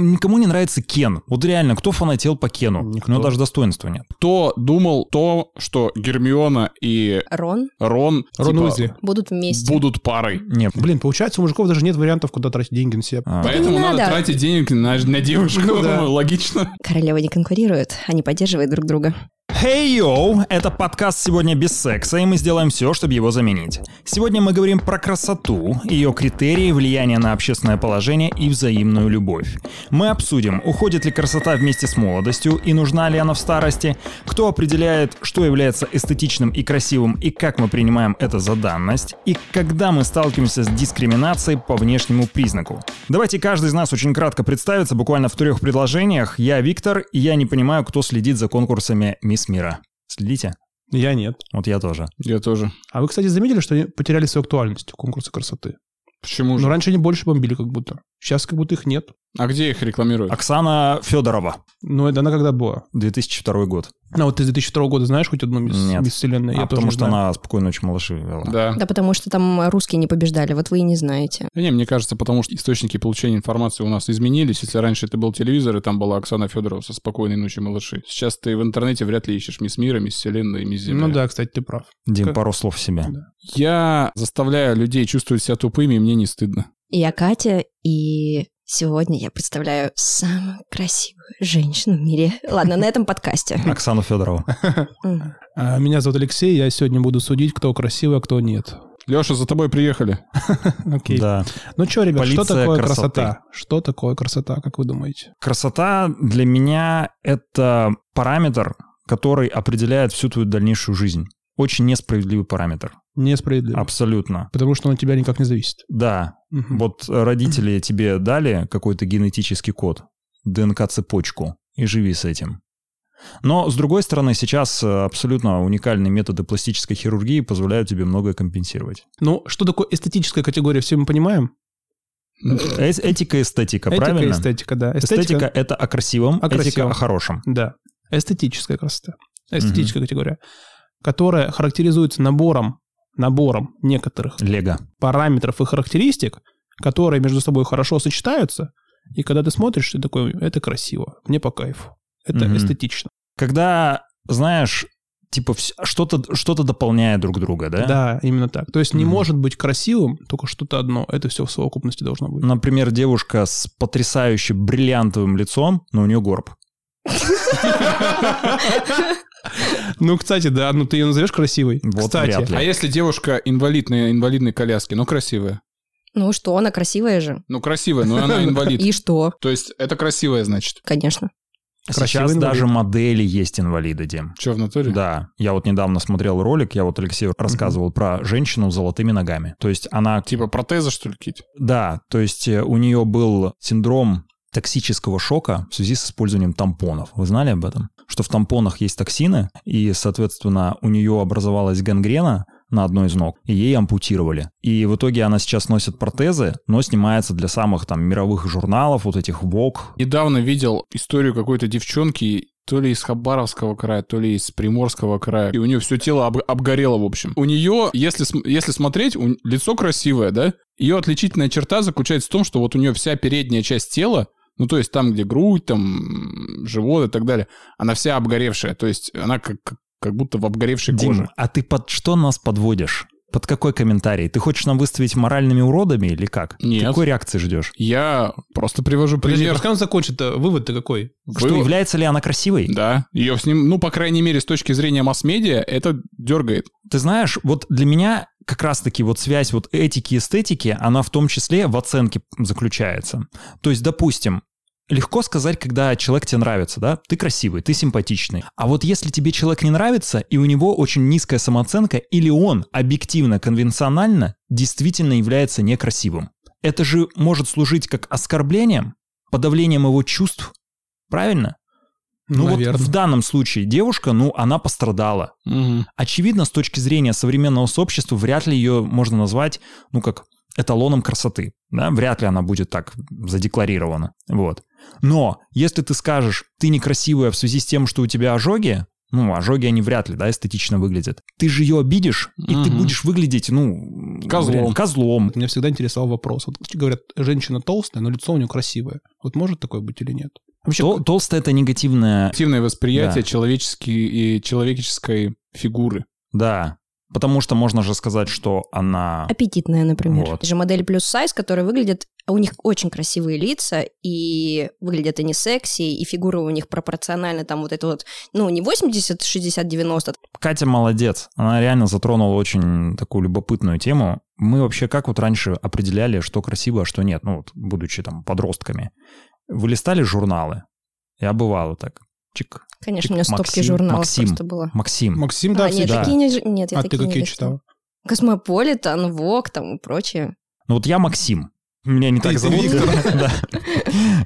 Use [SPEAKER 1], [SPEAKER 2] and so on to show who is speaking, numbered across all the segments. [SPEAKER 1] Никому не нравится Кен. Вот реально, кто фанател по Кену?
[SPEAKER 2] Никто.
[SPEAKER 1] У него даже достоинства нет.
[SPEAKER 3] Кто думал то, что Гермиона и
[SPEAKER 4] Рон
[SPEAKER 3] Рон,
[SPEAKER 2] Рон
[SPEAKER 3] типа,
[SPEAKER 2] Уизли.
[SPEAKER 4] будут вместе.
[SPEAKER 3] будут парой?
[SPEAKER 4] Ну,
[SPEAKER 1] Нет.
[SPEAKER 2] Блин, получается, у мужиков даже нет вариантов, куда тратить деньги на себя.
[SPEAKER 1] А.
[SPEAKER 3] Поэтому
[SPEAKER 4] не
[SPEAKER 3] надо
[SPEAKER 4] надо.
[SPEAKER 3] тратить денег на, на девушку.
[SPEAKER 2] Ну да.
[SPEAKER 3] Думаю, Логично.
[SPEAKER 4] Королевы не конкурируют, они поддерживают друг друга.
[SPEAKER 1] Hey yo! Это подкаст «Сегодня без секса», и мы сделаем все, чтобы его заменить. Сегодня мы говорим про красоту, ее критерии, влияние на общественное положение и взаимную любовь. Мы обсудим, уходит ли красота вместе с молодостью и нужна ли она в старости, кто определяет, что является эстетичным и красивым и как мы принимаем это за данность, и когда мы сталкиваемся с дискриминацией по внешнему признаку. Давайте каждый из нас очень кратко представится, буквально в трех предложениях. Я Виктор, и я не понимаю, кто следит за конкурсами Мисс Мира. Следите?
[SPEAKER 2] Я нет.
[SPEAKER 1] Вот я тоже.
[SPEAKER 3] Я тоже.
[SPEAKER 2] А вы, кстати, заметили, что они потеряли свою актуальность конкурсы красоты?
[SPEAKER 3] Почему
[SPEAKER 2] Но
[SPEAKER 3] же?
[SPEAKER 2] раньше они больше бомбили как будто. Сейчас как будто их нет.
[SPEAKER 3] А где их рекламируют?
[SPEAKER 1] Оксана Федорова,
[SPEAKER 2] Но это она когда была?
[SPEAKER 1] 2002 год.
[SPEAKER 2] А вот ты с 2002 года знаешь хоть одну мисс,
[SPEAKER 1] Нет.
[SPEAKER 2] мисс Вселенной?
[SPEAKER 1] а
[SPEAKER 2] Я тоже
[SPEAKER 1] потому
[SPEAKER 2] не
[SPEAKER 1] что
[SPEAKER 2] знаю.
[SPEAKER 1] она «Спокойной ночи, малыши» вела.
[SPEAKER 3] Да.
[SPEAKER 4] Да потому что там русские не побеждали, вот вы и не знаете.
[SPEAKER 3] Да Не, мне кажется, потому что источники получения информации у нас изменились. Если раньше это был телевизор, и там была Оксана Федорова со «Спокойной ночи, малыши». Сейчас ты в интернете вряд ли ищешь мисс мира, мисс вселенной, мисс земля.
[SPEAKER 2] Ну да, кстати, ты прав.
[SPEAKER 1] Дим,
[SPEAKER 2] Как-
[SPEAKER 1] пару слов себе.
[SPEAKER 3] Я заставляю людей чувствовать себя тупыми, и мне не стыдно.
[SPEAKER 4] И Я Катя, и сегодня я представляю самую красивую женщину в мире. Ладно, на этом подкасте.
[SPEAKER 1] Оксану Федорову.
[SPEAKER 4] М.
[SPEAKER 2] А, Меня зовут Алексей, я сегодня буду судить, кто красивый, а кто нет.
[SPEAKER 3] Леша, за тобой приехали.
[SPEAKER 2] Окей.
[SPEAKER 1] Да.
[SPEAKER 2] Ну что, ребят, что
[SPEAKER 1] Полиция
[SPEAKER 2] такое
[SPEAKER 1] красоты.
[SPEAKER 2] красота? Что такое красота, как вы думаете?
[SPEAKER 1] Красота для меня это параметр, который определяет всю твою дальнейшую жизнь. Очень несправедливый параметр.
[SPEAKER 2] Несправедливо.
[SPEAKER 1] Абсолютно.
[SPEAKER 2] Потому что он от тебя никак не зависит.
[SPEAKER 1] Да.
[SPEAKER 2] Мгм.
[SPEAKER 1] Вот э, родители тебе дали какой-то генетический код, ДНК-цепочку, и живи с этим. Но, с другой стороны, сейчас э, абсолютно уникальные методы пластической хирургии позволяют тебе многое компенсировать.
[SPEAKER 2] Ну, что такое эстетическая категория, все мы понимаем?
[SPEAKER 1] Э- Этика и эстетика,
[SPEAKER 2] Этика,
[SPEAKER 1] правильно?
[SPEAKER 2] эстетика, да.
[SPEAKER 1] Эстетика — это о красивом,
[SPEAKER 2] О
[SPEAKER 1] этика —
[SPEAKER 2] красивом.
[SPEAKER 1] о хорошем.
[SPEAKER 2] Да. Эстетическая красота. Эстетическая категория, которая характеризуется набором, набором некоторых
[SPEAKER 1] Лего.
[SPEAKER 2] параметров и характеристик, которые между собой хорошо сочетаются, и когда ты смотришь, ты такой, это красиво, мне по кайфу, это
[SPEAKER 1] Мгм.
[SPEAKER 2] эстетично.
[SPEAKER 1] Когда, знаешь, типа вс- что-то что дополняет друг друга, да?
[SPEAKER 2] Да, именно так. То есть не
[SPEAKER 1] Мгм.
[SPEAKER 2] может быть красивым только что-то одно, это все в совокупности должно быть.
[SPEAKER 1] Например, девушка с потрясающе бриллиантовым лицом, но у нее горб.
[SPEAKER 2] Ну, кстати, да, ну ты ее назовешь красивой.
[SPEAKER 1] Вот
[SPEAKER 2] кстати,
[SPEAKER 1] вряд ли.
[SPEAKER 3] А если девушка инвалид на инвалидной коляске, но красивая?
[SPEAKER 4] Ну что, она красивая же.
[SPEAKER 3] Ну, красивая, но она инвалид.
[SPEAKER 4] И что,
[SPEAKER 3] То есть это красивая, значит.
[SPEAKER 4] конечно.
[SPEAKER 2] Красивый
[SPEAKER 1] Сейчас
[SPEAKER 2] инвалид.
[SPEAKER 1] даже модели есть инвалиды, Дим.
[SPEAKER 3] Че, в натуре?
[SPEAKER 1] Да, я вот недавно смотрел ролик, я вот Алексею рассказывал про женщину с золотыми ногами. То есть она,
[SPEAKER 3] Типа протеза, что ли, какие-то?
[SPEAKER 1] да, то есть э, у нее был синдром токсического шока в связи с использованием тампонов. Вы знали об этом? Что в тампонах есть токсины, и, соответственно, у нее образовалась гангрена на одной из ног, и ей ампутировали. И в итоге она сейчас носит протезы, но снимается для самых там мировых журналов, вот этих ВОК.
[SPEAKER 3] Недавно видел историю какой-то девчонки, то ли из Хабаровского края, то ли из Приморского края. И у нее все тело об- обгорело, в общем. У нее, если, см- если смотреть, у- лицо красивое, да? Ее отличительная черта заключается в том, что вот у нее вся передняя часть тела, ну, то есть там, где грудь, там, м, живот и так далее, она вся обгоревшая. То есть она как, как- как будто в обгоревшей
[SPEAKER 1] Дим,
[SPEAKER 3] коже.
[SPEAKER 1] а ты под что нас подводишь? Под какой комментарий? Ты хочешь нам выставить моральными уродами или как?
[SPEAKER 3] Нет.
[SPEAKER 1] Ты какой реакции ждешь?
[SPEAKER 3] Я просто привожу
[SPEAKER 2] Подожди,
[SPEAKER 3] пример.
[SPEAKER 2] пускай он закончит-то. Вывод-то какой?
[SPEAKER 1] Что,
[SPEAKER 3] Вы-
[SPEAKER 1] является ли она красивой?
[SPEAKER 3] Да, ее с ним, ну, по крайней мере, с точки зрения масс-медиа, это дергает.
[SPEAKER 1] Ты знаешь, вот для меня как раз-таки вот связь вот этики и эстетики, она в том числе в оценке заключается. То есть, допустим, легко сказать, когда человек тебе нравится, да, ты красивый, ты симпатичный. А вот если тебе человек не нравится, и у него очень низкая самооценка, или он объективно, конвенционально действительно является некрасивым. Это же может служить как оскорблением, подавлением его чувств, правильно? Ну
[SPEAKER 2] Наверное.
[SPEAKER 1] вот в данном случае девушка, ну, она пострадала. Очевидно, с точки зрения современного сообщества, вряд ли ее можно назвать, ну, как эталоном красоты. Да? Вряд ли она будет так задекларирована. Вот. Но если ты скажешь, ты некрасивая в связи с тем, что у тебя ожоги, ну, ожоги, они вряд ли, да, эстетично выглядят. Ты же ее обидишь, и ты
[SPEAKER 3] Мгм.
[SPEAKER 1] будешь выглядеть, ну...
[SPEAKER 3] Козлом.
[SPEAKER 1] реально, Козлом.
[SPEAKER 2] Меня всегда интересовал вопрос. Вот говорят, женщина толстая, но лицо у нее красивое. Вот может такое быть или нет? Вообще,
[SPEAKER 1] Тол- толстая — это негативное...
[SPEAKER 3] Активное восприятие
[SPEAKER 1] Да.
[SPEAKER 3] человечески- и человеческой фигуры.
[SPEAKER 1] Да. Потому что можно же сказать, что она...
[SPEAKER 4] Аппетитная, например.
[SPEAKER 1] Вот.
[SPEAKER 4] Это же модели плюс сайз, которые выглядят... У них очень красивые лица, и выглядят они секси, и фигуры у них пропорционально там вот это вот... Ну, не 80, 60, 90.
[SPEAKER 1] Катя молодец. Она реально затронула очень такую любопытную тему. Мы вообще как вот раньше определяли, что красиво, а что нет, ну вот, будучи там подростками. Вы листали журналы? Я бывало так. Чик.
[SPEAKER 4] Конечно,
[SPEAKER 1] Типа
[SPEAKER 4] у меня стопки
[SPEAKER 1] Максим-
[SPEAKER 4] журналов
[SPEAKER 1] Максим.
[SPEAKER 4] просто было.
[SPEAKER 1] Максим.
[SPEAKER 2] Максим,
[SPEAKER 4] А,
[SPEAKER 2] да, все
[SPEAKER 4] нет,
[SPEAKER 1] всегда.
[SPEAKER 4] такие не... ж- Нет, я
[SPEAKER 2] А ты
[SPEAKER 4] такие не
[SPEAKER 2] какие
[SPEAKER 4] листала.
[SPEAKER 2] читал?
[SPEAKER 4] Космополитен, Вок там и прочее.
[SPEAKER 1] Ну вот я Максим. Меня не
[SPEAKER 2] Ты-
[SPEAKER 1] так
[SPEAKER 2] ты
[SPEAKER 1] зовут.
[SPEAKER 2] Виктор.
[SPEAKER 1] Да.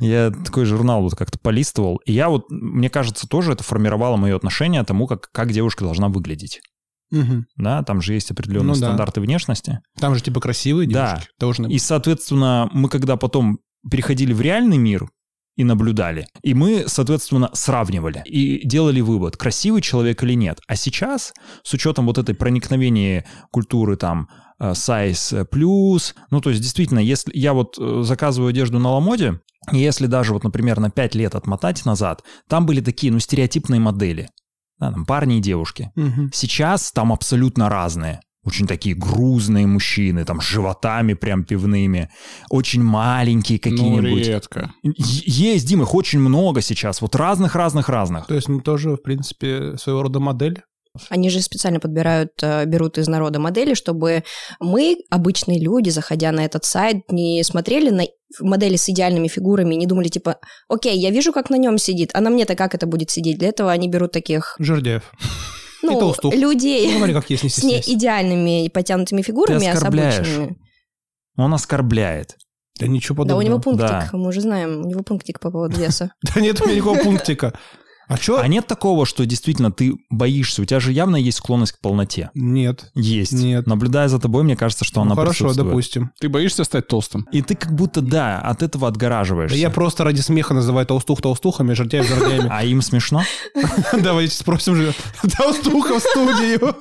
[SPEAKER 1] Я такой журнал вот как-то полистывал. И я вот, мне кажется, тоже это формировало мое отношение к тому, как, как девушка должна выглядеть.
[SPEAKER 2] Мгм.
[SPEAKER 1] Да, там же есть определенные
[SPEAKER 2] Ну да.
[SPEAKER 1] стандарты внешности.
[SPEAKER 2] Там же типа красивые
[SPEAKER 1] Да.
[SPEAKER 2] девушки. Должны
[SPEAKER 1] И,
[SPEAKER 2] быть.
[SPEAKER 1] соответственно, мы когда потом переходили в реальный мир и наблюдали, и мы, соответственно, сравнивали и делали вывод, красивый человек или нет. А сейчас, с учетом вот этой проникновения культуры там э, size плюс, ну то есть действительно, если я вот э, заказываю одежду на Ламоде, и если даже вот, например, на 5 лет отмотать назад, там были такие, ну, стереотипные модели, да, там парни и девушки.
[SPEAKER 2] Мгм.
[SPEAKER 1] Сейчас там абсолютно разные. Очень такие грузные мужчины, там с животами прям пивными, очень маленькие
[SPEAKER 3] Ну,
[SPEAKER 1] какие-нибудь.
[SPEAKER 3] редко.
[SPEAKER 1] Е- Есть, Дим, их очень много сейчас, вот разных-разных-разных.
[SPEAKER 2] То есть мы тоже, в принципе, своего рода модель.
[SPEAKER 4] Они же специально подбирают, э, берут из народа модели, чтобы мы, обычные люди, заходя на этот сайт, не смотрели на модели с идеальными фигурами и не думали, типа, окей, я вижу, как на нем сидит, а на мне-то как это будет сидеть? Для этого они берут таких,
[SPEAKER 2] Жердяев.
[SPEAKER 4] ну,
[SPEAKER 2] толстух. Ну,
[SPEAKER 4] людей
[SPEAKER 2] Смотри, как есть, не
[SPEAKER 4] с не
[SPEAKER 2] стесняйся.
[SPEAKER 4] идеальными и потянутыми фигурами, а с
[SPEAKER 1] оскорбляешь.
[SPEAKER 4] обычными.
[SPEAKER 1] Он оскорбляет.
[SPEAKER 2] Да ничего
[SPEAKER 4] Да, у
[SPEAKER 2] подобного.
[SPEAKER 4] него пунктик,
[SPEAKER 1] Да.
[SPEAKER 4] мы уже знаем, у него пунктик по поводу веса.
[SPEAKER 2] Да нет у меня никакого пунктика. А что?
[SPEAKER 1] А нет такого, что действительно ты боишься, у тебя же явно есть склонность к полноте.
[SPEAKER 2] Нет.
[SPEAKER 1] Есть.
[SPEAKER 2] Нет.
[SPEAKER 1] Наблюдая за тобой, мне кажется, что она
[SPEAKER 2] Ну, Хорошо,
[SPEAKER 1] присутствует.
[SPEAKER 2] допустим.
[SPEAKER 3] Ты боишься стать толстым?
[SPEAKER 1] И ты как будто, да, от этого
[SPEAKER 2] Да
[SPEAKER 1] отгораживаешься.
[SPEAKER 2] я просто ради смеха называю толстух толстухами, жердяев жердяями.
[SPEAKER 1] А им смешно?
[SPEAKER 2] Давайте спросим же толстуха в студию.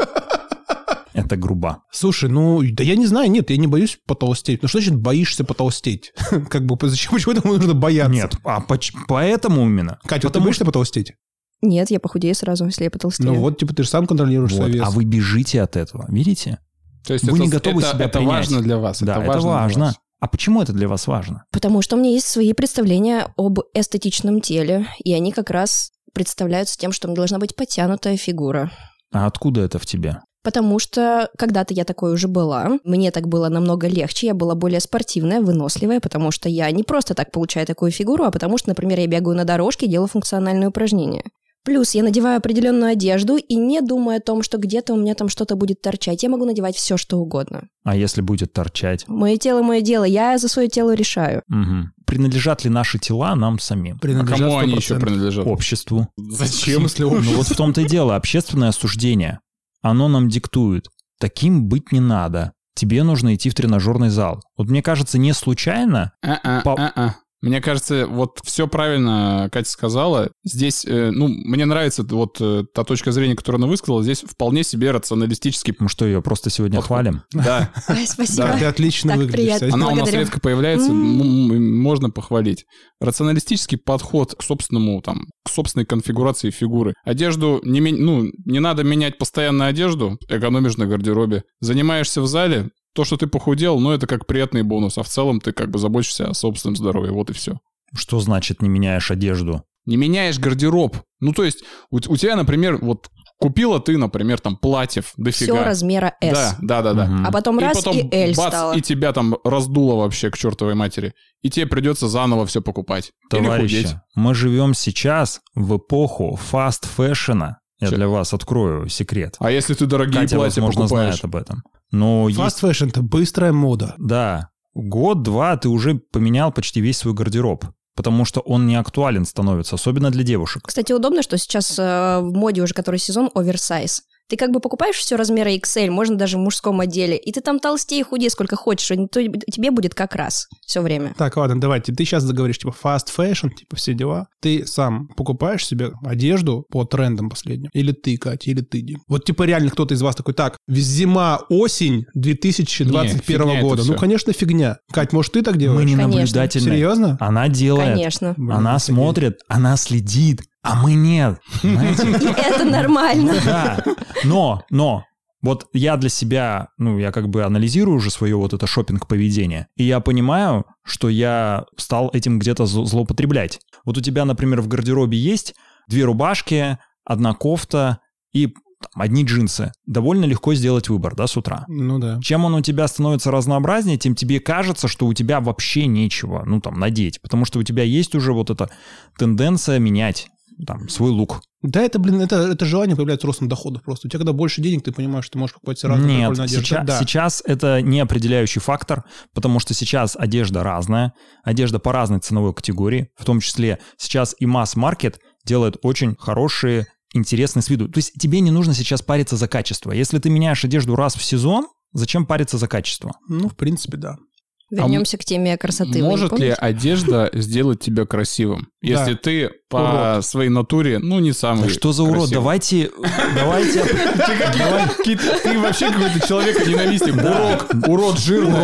[SPEAKER 1] Это грубо.
[SPEAKER 2] Слушай, ну, да я не знаю, нет, я не боюсь потолстеть. Ну, что значит боишься потолстеть? Как бы, зачем, почему этому нужно бояться?
[SPEAKER 1] Нет, а поч- поэтому именно.
[SPEAKER 2] Катя, вот ты
[SPEAKER 1] Потому
[SPEAKER 2] боишься потолстеть?
[SPEAKER 4] Нет, я похудею сразу, если я потолстею.
[SPEAKER 2] Ну, вот, типа, ты же сам контролируешь свой
[SPEAKER 1] Вот,
[SPEAKER 2] вес.
[SPEAKER 1] а вы бежите от этого, видите?
[SPEAKER 3] То есть
[SPEAKER 1] Вы
[SPEAKER 3] это,
[SPEAKER 1] не готовы
[SPEAKER 3] это-
[SPEAKER 1] себя
[SPEAKER 3] это
[SPEAKER 1] принять.
[SPEAKER 3] важно для вас.
[SPEAKER 1] Да, это важно.
[SPEAKER 3] для вас.
[SPEAKER 1] А почему это для вас важно?
[SPEAKER 4] Потому что у меня есть свои представления об эстетичном теле, и они как раз представляются тем, что у меня должна быть потянутая фигура.
[SPEAKER 1] А откуда это в тебе?
[SPEAKER 4] Потому что когда-то я такой уже была, мне так было намного легче, я была более спортивная, выносливая, потому что я не просто так получаю такую фигуру, а потому что, например, я бегаю на дорожке и делаю функциональные упражнения. Плюс я надеваю определенную одежду и не думаю о том, что где-то у меня там что-то будет торчать. Я могу надевать все, что угодно.
[SPEAKER 1] А если будет торчать?
[SPEAKER 4] Мое тело, мое дело. Я за свое тело решаю.
[SPEAKER 1] Мгм. Принадлежат ли наши тела нам самим?
[SPEAKER 3] А
[SPEAKER 2] Принадлежат
[SPEAKER 3] кому они еще
[SPEAKER 2] 100%.
[SPEAKER 3] принадлежат?
[SPEAKER 1] Обществу.
[SPEAKER 3] Зачем?
[SPEAKER 1] Ну вот в том-то и дело, общественное осуждение. Оно нам диктует. Таким быть не надо. Тебе нужно идти в тренажерный зал. Вот мне кажется, не случайно.
[SPEAKER 3] А-а,
[SPEAKER 1] Пап-
[SPEAKER 3] а-а. а, Мне кажется, вот все правильно Катя сказала. Здесь, э, ну, мне нравится вот э, та точка зрения, которую она высказала. Здесь вполне себе рационалистический...
[SPEAKER 1] Мы что, ее просто сегодня
[SPEAKER 3] Подход.
[SPEAKER 1] хвалим?
[SPEAKER 3] Да,
[SPEAKER 4] Ай, спасибо.
[SPEAKER 2] Да, ты отлично
[SPEAKER 4] Так
[SPEAKER 2] выглядишь.
[SPEAKER 4] приятно.
[SPEAKER 2] Кстати.
[SPEAKER 3] она у нас
[SPEAKER 4] благодарю.
[SPEAKER 3] редко появляется,
[SPEAKER 4] М.
[SPEAKER 3] м, м, можно похвалить. Рационалистический подход к собственному, там, к собственной конфигурации фигуры. Одежду, не, мен- ну, не надо менять постоянно одежду, экономишь на гардеробе. Занимаешься в зале, то, что ты похудел, ну, это как приятный бонус, а в целом ты как бы заботишься о собственном здоровье, вот и все.
[SPEAKER 1] Что значит не меняешь одежду?
[SPEAKER 3] не меняешь гардероб. Ну, то есть, у, у тебя, например, вот купила ты, например, там платьев дофига.
[SPEAKER 4] Все размера S.
[SPEAKER 3] Да, да, да, да.
[SPEAKER 1] Мгм.
[SPEAKER 4] А потом раз и L
[SPEAKER 3] бац,
[SPEAKER 4] стало.
[SPEAKER 3] и тебя там раздуло вообще к чертовой матери. И тебе придется заново все покупать. Или худеть.
[SPEAKER 1] Товарищи, мы живем сейчас в эпоху фаст-фэшена. Я
[SPEAKER 3] Чё?
[SPEAKER 1] для вас открою секрет.
[SPEAKER 3] А если ты дорогие
[SPEAKER 1] Катя,
[SPEAKER 3] платья
[SPEAKER 1] возможно,
[SPEAKER 3] покупаешь?
[SPEAKER 1] знает об этом. Но есть
[SPEAKER 2] Fast fashion это быстрая мода.
[SPEAKER 1] Да. Год-два ты уже поменял почти весь свой гардероб, потому что он не актуален становится, особенно для девушек.
[SPEAKER 4] Кстати, удобно, что сейчас э, в моде уже который сезон оверсайз. Ты как бы покупаешь все размера XL, можно даже в мужском отделе, и ты там толстей, худей сколько хочешь, и то- тебе будет как раз все время.
[SPEAKER 2] Так, ладно, давайте. Ты сейчас заговоришь, типа, fast fashion, типа, все дела. Ты сам покупаешь себе одежду по трендам последним? Или ты, Катя, или ты, Дим? Вот, типа, реально кто-то из вас такой, так, зима, осень 2021
[SPEAKER 3] Не, фигня это
[SPEAKER 2] года.
[SPEAKER 3] всё.
[SPEAKER 2] Ну, конечно, фигня. Кать, может, ты так делаешь?
[SPEAKER 1] Мы не
[SPEAKER 4] Конечно.
[SPEAKER 1] наблюдательны.
[SPEAKER 2] Серьезно?
[SPEAKER 1] Она делает.
[SPEAKER 4] Конечно.
[SPEAKER 2] Блин,
[SPEAKER 1] она
[SPEAKER 2] офигеть.
[SPEAKER 1] смотрит, она следит, а мы нет. Понимаете?
[SPEAKER 4] И это нормально.
[SPEAKER 1] Да. Но, но, вот я для себя, ну, я как бы анализирую уже свое вот это шопинг поведение и я понимаю, что я стал этим где-то зл- злоупотреблять. Вот у тебя, например, в гардеробе есть две рубашки, одна кофта и там, одни джинсы. Довольно легко сделать выбор, да, с утра.
[SPEAKER 2] Ну да.
[SPEAKER 1] Чем он у тебя становится разнообразнее, тем тебе кажется, что у тебя вообще нечего, ну, там, надеть. Потому что у тебя есть уже вот эта тенденция менять, там, свой лук.
[SPEAKER 2] Да, это, блин, это, это желание появляется ростом доходов просто. У тебя когда больше денег, ты понимаешь, что ты можешь покупать себе разную
[SPEAKER 1] Нет,
[SPEAKER 2] прикольную одежду.
[SPEAKER 1] сейчас,
[SPEAKER 2] да.
[SPEAKER 1] сейчас это не определяющий фактор, потому что сейчас одежда разная, одежда по разной ценовой категории, в том числе сейчас и масс-маркет делает очень хорошие, интересные с виду. То есть тебе не нужно сейчас париться за качество. Если ты меняешь одежду раз в сезон, зачем париться за качество?
[SPEAKER 2] Ну, в принципе, да.
[SPEAKER 4] Вернемся к теме красоты. Вы А не
[SPEAKER 3] Может ли
[SPEAKER 4] помните?
[SPEAKER 3] одежда сделать тебя красивым,
[SPEAKER 2] Да.
[SPEAKER 3] если ты по своей натуре, ну, не
[SPEAKER 1] Да
[SPEAKER 3] самый
[SPEAKER 1] что за урод?
[SPEAKER 3] красивый?
[SPEAKER 1] Давайте, давайте
[SPEAKER 3] Давай, Кит, Ты вообще какой-то человек ненавистник. Урок. Урод жирный.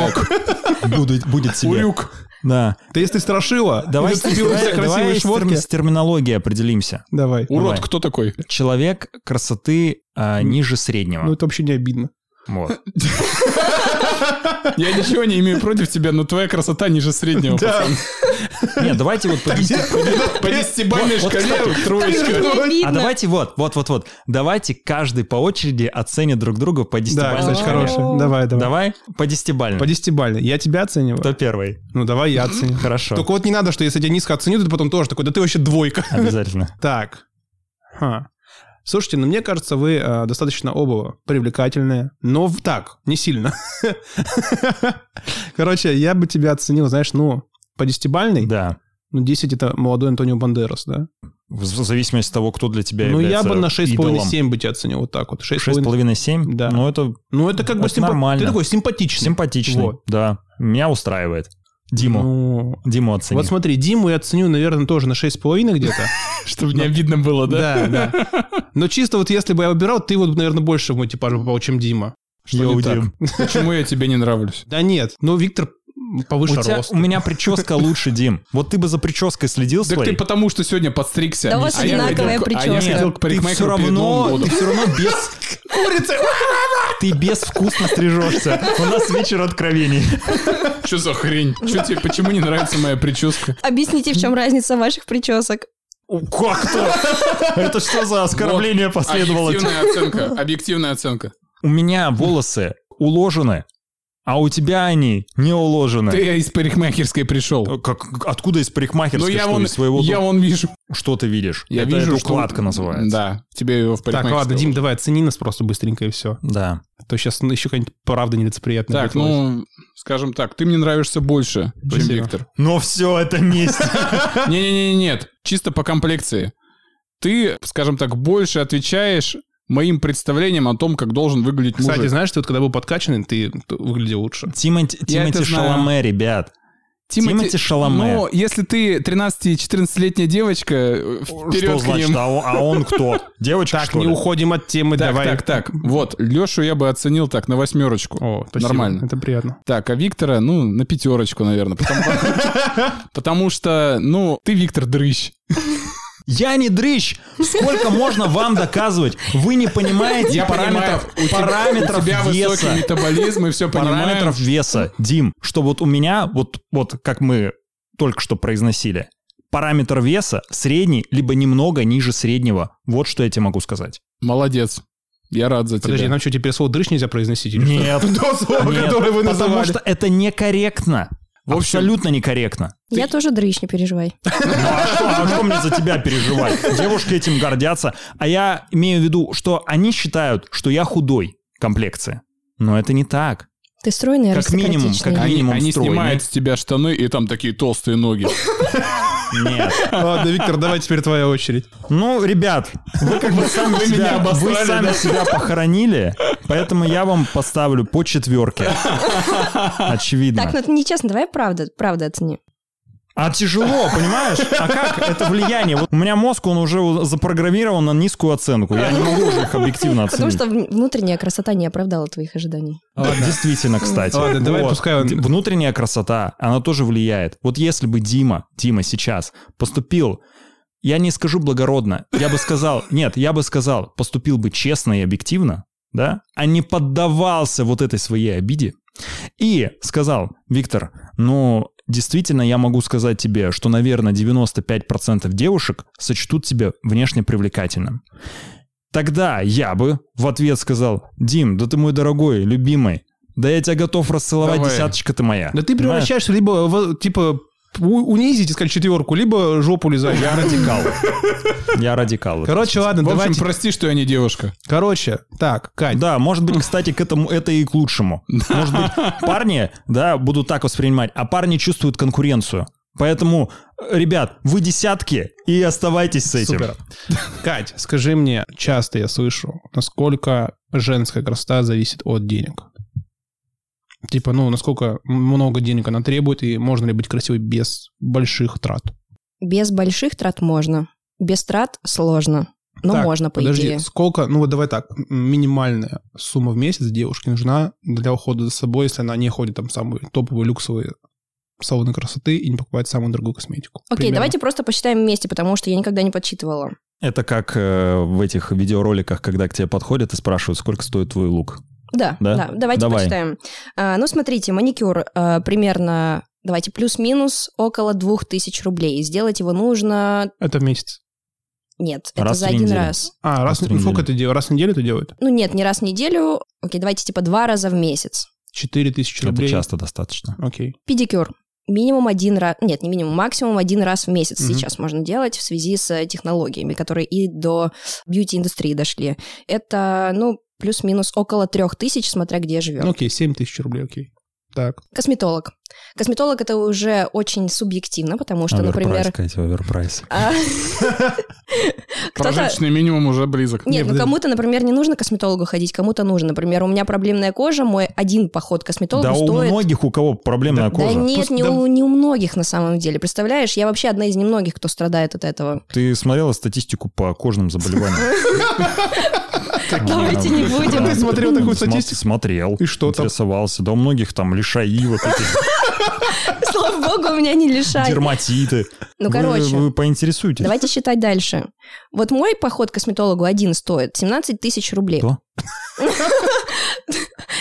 [SPEAKER 1] будет, будет себе.
[SPEAKER 3] Урюк.
[SPEAKER 1] Да.
[SPEAKER 2] Да если ты страшила,
[SPEAKER 1] Давай,
[SPEAKER 2] и ты вцепилась в все
[SPEAKER 1] давай,
[SPEAKER 2] красивые
[SPEAKER 1] давай с
[SPEAKER 2] шмотки.
[SPEAKER 1] терми- с терминологией определимся.
[SPEAKER 2] Давай.
[SPEAKER 3] Урод
[SPEAKER 1] Давай.
[SPEAKER 3] кто такой?
[SPEAKER 1] Человек красоты а, ниже среднего.
[SPEAKER 2] Ну, это вообще не обидно.
[SPEAKER 1] Вот.
[SPEAKER 3] Я ничего не имею против тебя, но твоя красота ниже среднего.
[SPEAKER 2] Да.
[SPEAKER 1] Нет, давайте вот по десяти-
[SPEAKER 3] По десятибальной
[SPEAKER 1] Вот, вот,
[SPEAKER 3] шкале
[SPEAKER 4] Как
[SPEAKER 3] троечка.
[SPEAKER 4] же не
[SPEAKER 1] А
[SPEAKER 4] обидно?
[SPEAKER 1] давайте вот, вот, вот, вот. Давайте каждый по очереди оценит друг друга по
[SPEAKER 2] Да,
[SPEAKER 1] десятибалльной
[SPEAKER 2] кстати,
[SPEAKER 1] шкале.
[SPEAKER 2] хорошая. Давай, давай.
[SPEAKER 1] Давай по десятибалльной.
[SPEAKER 2] По десятибалльной. Я тебя оцениваю.
[SPEAKER 1] Кто первый?
[SPEAKER 2] Ну, давай я оценю.
[SPEAKER 1] Хорошо.
[SPEAKER 2] Только вот не надо, что если я тебя низко оценю, ты потом тоже такой, да ты вообще двойка.
[SPEAKER 1] Обязательно.
[SPEAKER 2] Так. Ха. Слушайте, ну мне кажется, вы э, достаточно оба привлекательные, но в- так, не сильно. Короче, я бы тебя оценил, знаешь, ну, по десятибальной,
[SPEAKER 1] Да.
[SPEAKER 2] ну, 10 это молодой Антонио Бандерас, да?
[SPEAKER 1] В в зависимости от того, кто для тебя
[SPEAKER 2] Ну, я
[SPEAKER 1] является
[SPEAKER 2] бы на
[SPEAKER 1] 6,5-7.
[SPEAKER 2] 6,5-7 бы тебя оценил, вот так вот. 6,5.
[SPEAKER 1] 6,5-7?
[SPEAKER 2] Да.
[SPEAKER 1] Ну, это
[SPEAKER 2] Ну, это как бы
[SPEAKER 1] Это
[SPEAKER 2] симпа-
[SPEAKER 1] нормально.
[SPEAKER 2] Ты такой симпатичный.
[SPEAKER 1] симпатичный.
[SPEAKER 2] Вот.
[SPEAKER 1] Да. Меня устраивает. Диму.
[SPEAKER 2] Ну,
[SPEAKER 1] Диму оцени.
[SPEAKER 2] Вот смотри, Диму я оценю, наверное, тоже на 6,5 где-то.
[SPEAKER 3] Чтобы не обидно было, да?
[SPEAKER 2] Да, да. Но чисто вот если бы я выбирал, ты вот, наверное, больше в мой типаж попал, чем Дима.
[SPEAKER 3] Что
[SPEAKER 1] Йоу,
[SPEAKER 3] не так?
[SPEAKER 1] Дим.
[SPEAKER 3] Почему я тебе не нравлюсь?
[SPEAKER 2] Да нет, но Виктор
[SPEAKER 1] У,
[SPEAKER 2] повыше
[SPEAKER 1] тебя-
[SPEAKER 2] рост.
[SPEAKER 1] у меня прическа лучше, Дим. Вот ты бы за прической следил
[SPEAKER 3] Так ты
[SPEAKER 1] своей.
[SPEAKER 3] потому, что сегодня подстригся.
[SPEAKER 4] Да у вас
[SPEAKER 3] А я
[SPEAKER 4] одинаковая
[SPEAKER 3] ходил к- А я
[SPEAKER 4] прическа.
[SPEAKER 3] ходил к
[SPEAKER 1] ты все
[SPEAKER 3] парикмахеру перед Новым
[SPEAKER 1] равно,
[SPEAKER 3] годом.
[SPEAKER 1] ты все равно без... Ты безвкусно стрижешься. У нас вечер откровений.
[SPEAKER 3] Что за хрень? Чё тебе, почему не нравится моя прическа?
[SPEAKER 4] Объясните, в чем разница ваших причесок.
[SPEAKER 1] Как то Это что за оскорбление последовало?
[SPEAKER 3] Объективная оценка. Объективная оценка.
[SPEAKER 1] У меня волосы уложены, а у тебя они не уложены. Э,
[SPEAKER 3] Ты из парикмахерской пришел.
[SPEAKER 1] Как, откуда из
[SPEAKER 3] Ну
[SPEAKER 1] парикмахерской,
[SPEAKER 3] я
[SPEAKER 1] что,
[SPEAKER 3] вон,
[SPEAKER 1] Ну, из своего
[SPEAKER 3] я
[SPEAKER 1] дома?
[SPEAKER 3] вон вижу.
[SPEAKER 1] Что ты видишь?
[SPEAKER 3] Я
[SPEAKER 1] это,
[SPEAKER 3] вижу,
[SPEAKER 1] это
[SPEAKER 3] что-
[SPEAKER 1] укладка называется.
[SPEAKER 3] Да, тебе его в
[SPEAKER 2] Так,
[SPEAKER 3] парикмахерской.
[SPEAKER 2] ладно, Дим, давай, оцени нас просто быстренько и все.
[SPEAKER 1] Да.
[SPEAKER 2] А то сейчас еще какая-нибудь правда нелицеприятная.
[SPEAKER 3] Так,
[SPEAKER 2] будет.
[SPEAKER 3] ну, скажем так, ты мне нравишься больше, чем
[SPEAKER 2] Спасибо.
[SPEAKER 3] Виктор.
[SPEAKER 1] Но все это месть.
[SPEAKER 3] Не-не-не, нет, чисто по комплекции. Ты, скажем так, больше отвечаешь моим представлениям о том, как должен выглядеть
[SPEAKER 2] Кстати,
[SPEAKER 3] мужик.
[SPEAKER 2] знаешь, ты вот когда был подкачанный, ты выглядел лучше.
[SPEAKER 1] Тимати,
[SPEAKER 3] Я
[SPEAKER 1] Тимати
[SPEAKER 3] это знаю.
[SPEAKER 1] Шаломе, ребят. Тимати Шаломе.
[SPEAKER 3] Ну, если ты 13-14-летняя девочка, э,
[SPEAKER 1] что
[SPEAKER 3] вперед к
[SPEAKER 1] значит,
[SPEAKER 3] ним.
[SPEAKER 1] а он, а он кто? Девочка,
[SPEAKER 2] Так,
[SPEAKER 1] что
[SPEAKER 2] не
[SPEAKER 1] ли?
[SPEAKER 2] уходим от темы,
[SPEAKER 3] Так,
[SPEAKER 2] давай.
[SPEAKER 3] так, так. Вот, Лешу я бы оценил так, на восьмерочку.
[SPEAKER 2] О, спасибо.
[SPEAKER 3] Нормально.
[SPEAKER 2] Это приятно.
[SPEAKER 3] Так, а Виктора, ну, на пятерочку, наверное. Потому, потому что, ну, ты, Виктор, дрыщ.
[SPEAKER 1] Я не дрыщ! Сколько можно вам доказывать? Вы не понимаете параметров,
[SPEAKER 3] понимаю, у тебя-
[SPEAKER 1] параметров
[SPEAKER 3] у тебя
[SPEAKER 1] веса.
[SPEAKER 3] высокий метаболизм, и все понимаем.
[SPEAKER 1] параметров веса, Дим, что вот у меня, вот, вот как мы только что произносили, параметр веса средний, либо немного ниже среднего. Вот что я тебе могу сказать.
[SPEAKER 3] Молодец. Я рад за тебя.
[SPEAKER 2] Подожди, нам что, теперь слово дрыщ нельзя произносить? или что?
[SPEAKER 1] Нет,
[SPEAKER 2] То слово,
[SPEAKER 1] нет,
[SPEAKER 2] которое вы
[SPEAKER 1] потому
[SPEAKER 2] называли.
[SPEAKER 1] что это некорректно.
[SPEAKER 3] В общем-
[SPEAKER 1] Абсолютно некорректно.
[SPEAKER 4] Я тоже дрыщ, не переживай.
[SPEAKER 1] Ну, а что, а что мне за тебя переживать? Девушки этим гордятся. А я имею в виду, что они считают, что я худой комплекции. Но это не так.
[SPEAKER 4] Ты стройный,
[SPEAKER 1] Как минимум,
[SPEAKER 4] аристократичный.
[SPEAKER 1] как
[SPEAKER 3] Они,
[SPEAKER 1] минимум
[SPEAKER 3] они
[SPEAKER 1] стройный.
[SPEAKER 3] снимают с тебя штаны, и там такие толстые ноги.
[SPEAKER 1] Нет.
[SPEAKER 2] Ладно, Виктор, давай теперь твоя очередь.
[SPEAKER 1] Ну, ребят, вы как бы сами
[SPEAKER 3] Вы меня
[SPEAKER 1] себя, вы
[SPEAKER 3] обосрали,
[SPEAKER 1] сами
[SPEAKER 3] да?
[SPEAKER 1] себя похоронили, поэтому я вам поставлю по четверке. Очевидно.
[SPEAKER 4] Так, ну это нечестно, давай правда, правда оцени.
[SPEAKER 1] А тяжело, понимаешь? А как это влияние? Вот у меня мозг, он уже запрограммирован на низкую оценку. Я не могу уже их объективно
[SPEAKER 4] Потому
[SPEAKER 1] оценить.
[SPEAKER 4] что в- внутренняя красота не оправдала твоих ожиданий.
[SPEAKER 1] А, Действительно, кстати.
[SPEAKER 2] Ладно, давай
[SPEAKER 1] Вот.
[SPEAKER 2] пускай он-
[SPEAKER 1] Д- Внутренняя красота, она тоже влияет. Вот если бы Дима, Дима сейчас поступил, я не скажу благородно, я бы сказал, нет, я бы сказал, поступил бы честно и объективно, да, а не поддавался вот этой своей обиде, и сказал, Виктор, ну, действительно, я могу сказать тебе, что, наверное, 95% девушек сочтут тебя внешне привлекательным. Тогда я бы в ответ сказал, Дим, да ты мой дорогой, любимый, да я тебя готов расцеловать,
[SPEAKER 3] Давай.
[SPEAKER 1] десяточка ты моя.
[SPEAKER 2] Да ты
[SPEAKER 1] Понимаешь?
[SPEAKER 2] превращаешься либо, в, типа, у- унизить, искать четверку, либо жопу лизать.
[SPEAKER 1] Я радикал. Я радикал.
[SPEAKER 2] Короче, ладно,
[SPEAKER 3] В общем,
[SPEAKER 2] давайте.
[SPEAKER 3] прости, что я не девушка.
[SPEAKER 2] Короче, так, Кать.
[SPEAKER 1] Да, может быть, кстати, к этому это и к лучшему. Может быть, парни, да, будут так воспринимать, а парни чувствуют конкуренцию. Поэтому, ребят, вы десятки и оставайтесь с этим.
[SPEAKER 2] Супер. Кать, скажи мне, часто я слышу, насколько женская красота зависит от денег? Типа, ну, насколько много денег она требует, и можно ли быть красивой без больших трат?
[SPEAKER 4] Без больших трат можно. Без трат сложно. Но
[SPEAKER 2] Так,
[SPEAKER 4] можно, по
[SPEAKER 2] подожди,
[SPEAKER 4] идее.
[SPEAKER 2] сколько, ну вот давай так, м, минимальная сумма в месяц девушке нужна для ухода за собой, если она не ходит там в самые топовые люксовые салоны красоты и не покупает самую дорогую косметику.
[SPEAKER 4] Окей,
[SPEAKER 2] Примерно.
[SPEAKER 4] давайте просто посчитаем вместе, потому что я никогда не подсчитывала.
[SPEAKER 1] Это как э, в этих видеороликах, когда к тебе подходят и спрашивают, сколько стоит твой лук.
[SPEAKER 4] Да,
[SPEAKER 1] Да?
[SPEAKER 4] да, давайте
[SPEAKER 1] Давай.
[SPEAKER 4] почитаем. А, ну, смотрите, маникюр а, примерно, давайте, плюс-минус около 2000 рублей. Сделать его нужно...
[SPEAKER 2] Это в месяц.
[SPEAKER 4] Нет,
[SPEAKER 1] Раз
[SPEAKER 4] это за
[SPEAKER 1] в три
[SPEAKER 4] один
[SPEAKER 1] недели.
[SPEAKER 4] раз.
[SPEAKER 2] А, раз,
[SPEAKER 1] три
[SPEAKER 2] ну, сколько
[SPEAKER 1] недели.
[SPEAKER 2] это делает? Раз в неделю это делает?
[SPEAKER 4] Ну, нет, не раз в неделю. Окей, давайте, типа, два раза в месяц.
[SPEAKER 2] 4000
[SPEAKER 1] Это
[SPEAKER 2] рублей.
[SPEAKER 1] часто достаточно.
[SPEAKER 2] Окей.
[SPEAKER 4] Педикюр. Минимум один раз... Нет, не минимум, максимум один раз в месяц
[SPEAKER 2] Мгм.
[SPEAKER 4] сейчас можно делать в связи с э, технологиями, которые и до бьюти-индустрии дошли. Это, ну, плюс-минус около трех тысяч, смотря где живем.
[SPEAKER 2] Ну, окей, 7 тысяч рублей, окей. Так.
[SPEAKER 4] Косметолог. Косметолог это уже очень субъективно, потому что, например...
[SPEAKER 1] Катя, оверпрайс.
[SPEAKER 4] а, Кто-то...
[SPEAKER 3] Прожиточный минимум уже близок.
[SPEAKER 2] Не,
[SPEAKER 4] Нет, ну
[SPEAKER 2] подожди.
[SPEAKER 4] кому-то, например, не нужно к косметологу ходить, кому-то нужно. Например, у меня проблемная кожа, мой один поход к косметологу
[SPEAKER 1] Да у
[SPEAKER 4] стоит...
[SPEAKER 1] многих, у кого проблемная
[SPEAKER 4] Да
[SPEAKER 1] кожа.
[SPEAKER 4] нет,
[SPEAKER 2] Пусть-
[SPEAKER 4] не,
[SPEAKER 2] да-
[SPEAKER 4] У, не у многих на самом деле. Представляешь, я вообще одна из немногих, кто страдает от этого.
[SPEAKER 1] Ты смотрела статистику по кожным заболеваниям?
[SPEAKER 4] Давайте не будем.
[SPEAKER 2] Ты смотрел такую
[SPEAKER 1] Смо-
[SPEAKER 2] статистику?
[SPEAKER 1] Смотрел.
[SPEAKER 2] И что там?
[SPEAKER 1] Интересовался. Да у многих там лишаи вот эти,
[SPEAKER 4] Слава богу, у меня не лишает.
[SPEAKER 1] дерматиты.
[SPEAKER 4] Ну,
[SPEAKER 1] Вы-
[SPEAKER 4] короче.
[SPEAKER 1] Вы поинтересуйтесь.
[SPEAKER 4] Давайте считать дальше. Вот мой поход к косметологу один стоит 17 тысяч рублей.
[SPEAKER 1] Что?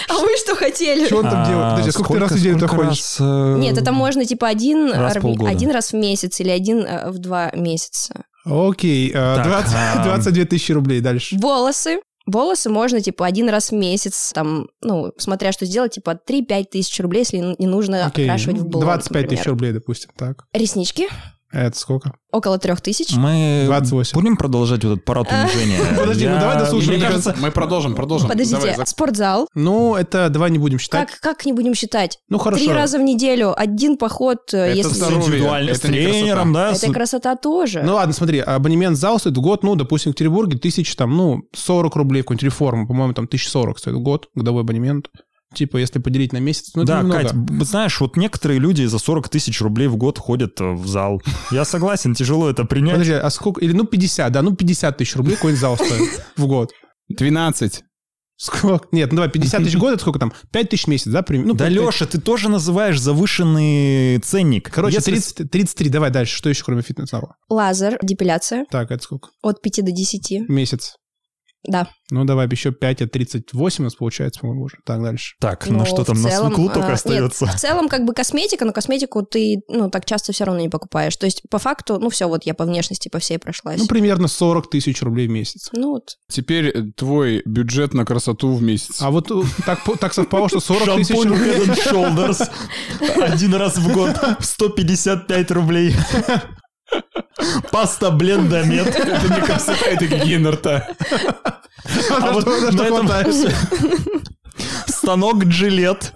[SPEAKER 4] А вы что хотели?
[SPEAKER 2] Что он там делает? Подожди, а сколько ты раз в неделю ты ходишь?
[SPEAKER 1] э,
[SPEAKER 4] Нет, это можно типа один
[SPEAKER 1] Раз в
[SPEAKER 4] раб-
[SPEAKER 1] полгода.
[SPEAKER 4] один раз в месяц или один э, в два месяца.
[SPEAKER 2] Окей, а,
[SPEAKER 1] Так,
[SPEAKER 2] 20
[SPEAKER 1] а,
[SPEAKER 2] 22 тысячи рублей дальше.
[SPEAKER 4] Волосы. Волосы можно, типа, один раз в месяц, там, ну, смотря что сделать, типа, 3-5 тысяч рублей, если н- не нужно
[SPEAKER 2] Окей,
[SPEAKER 4] окрашивать в блонд,
[SPEAKER 2] 25 тысяч
[SPEAKER 4] например.
[SPEAKER 2] рублей, допустим, так.
[SPEAKER 4] Реснички
[SPEAKER 2] Это сколько?
[SPEAKER 4] около трех тысяч.
[SPEAKER 1] Мы
[SPEAKER 2] 28.
[SPEAKER 1] будем продолжать вот этот парад унижения?
[SPEAKER 2] Подожди, ну
[SPEAKER 1] Я-
[SPEAKER 2] давай дослушаем,
[SPEAKER 1] Мне
[SPEAKER 2] мне
[SPEAKER 1] кажется,
[SPEAKER 3] Мы продолжим, продолжим.
[SPEAKER 4] Подождите,
[SPEAKER 3] Давай, зак-
[SPEAKER 4] спортзал.
[SPEAKER 2] Ну, это давай не будем считать.
[SPEAKER 4] Как, как не будем считать?
[SPEAKER 2] Ну, хорошо.
[SPEAKER 4] Три раза в неделю, один поход, э,
[SPEAKER 3] Это
[SPEAKER 4] если...
[SPEAKER 1] с
[SPEAKER 3] здоровье.
[SPEAKER 1] индивидуально- с
[SPEAKER 3] Это не
[SPEAKER 1] тренером, да?
[SPEAKER 4] Это
[SPEAKER 1] с-
[SPEAKER 4] красота тоже.
[SPEAKER 2] Ну ладно, смотри, абонемент в зал стоит в год, ну, допустим, в Петербурге тысяч там, ну, 40 рублей в какую-нибудь реформу, по-моему, там 1040 стоит в год, годовой абонемент. Типа, если поделить на месяц, ну, это
[SPEAKER 1] да,
[SPEAKER 2] немного.
[SPEAKER 1] Кать, б- знаешь, вот некоторые люди за 40 тысяч рублей в год ходят э, в зал. Я согласен, тяжело это принять.
[SPEAKER 2] Подожди, а сколько? Или, ну, 50, да, ну, 50 тысяч рублей какой-нибудь зал стоит в год.
[SPEAKER 3] 12.
[SPEAKER 2] Сколько? Нет, ну давай, 50 тысяч в год, это сколько там? 5 тысяч в месяц, да? Прим... Ну,
[SPEAKER 1] Да,
[SPEAKER 2] 5 тысяч.
[SPEAKER 1] Леша, ты тоже называешь завышенный ценник.
[SPEAKER 2] Короче,
[SPEAKER 1] Если
[SPEAKER 2] 30, 33, давай дальше. Что еще, кроме фитнес-зала?
[SPEAKER 4] Лазер, депиляция
[SPEAKER 2] Так, это сколько?
[SPEAKER 4] от 5 до 10.
[SPEAKER 2] Месяц.
[SPEAKER 4] Да.
[SPEAKER 2] Ну, давай еще 5, от 38 у нас получается, по-моему, уже. Так, дальше.
[SPEAKER 1] Так,
[SPEAKER 4] Но
[SPEAKER 1] ну что там,
[SPEAKER 4] в
[SPEAKER 1] на
[SPEAKER 4] целом,
[SPEAKER 1] свеклу
[SPEAKER 4] а,
[SPEAKER 1] только
[SPEAKER 4] нет,
[SPEAKER 1] остается.
[SPEAKER 4] в целом, как бы косметика, но косметику ты, ну, так часто все равно не покупаешь. То есть, по факту, ну, все, вот я по внешности по всей прошлась.
[SPEAKER 2] Ну, примерно 40 тысяч рублей в месяц.
[SPEAKER 4] Ну, вот.
[SPEAKER 3] Теперь э, твой бюджет на красоту в месяц.
[SPEAKER 2] А вот э, так, по- так совпало, что 40 тысяч
[SPEAKER 1] Шампунь
[SPEAKER 2] рублей.
[SPEAKER 1] Head and Shoulders один раз в год 155 рублей. Паста блендомет. Это мне красота, это гигиена рта.
[SPEAKER 2] А
[SPEAKER 1] А вот
[SPEAKER 2] что- за
[SPEAKER 1] на
[SPEAKER 2] что
[SPEAKER 1] этом
[SPEAKER 2] хватаешься?
[SPEAKER 1] Станок джилет.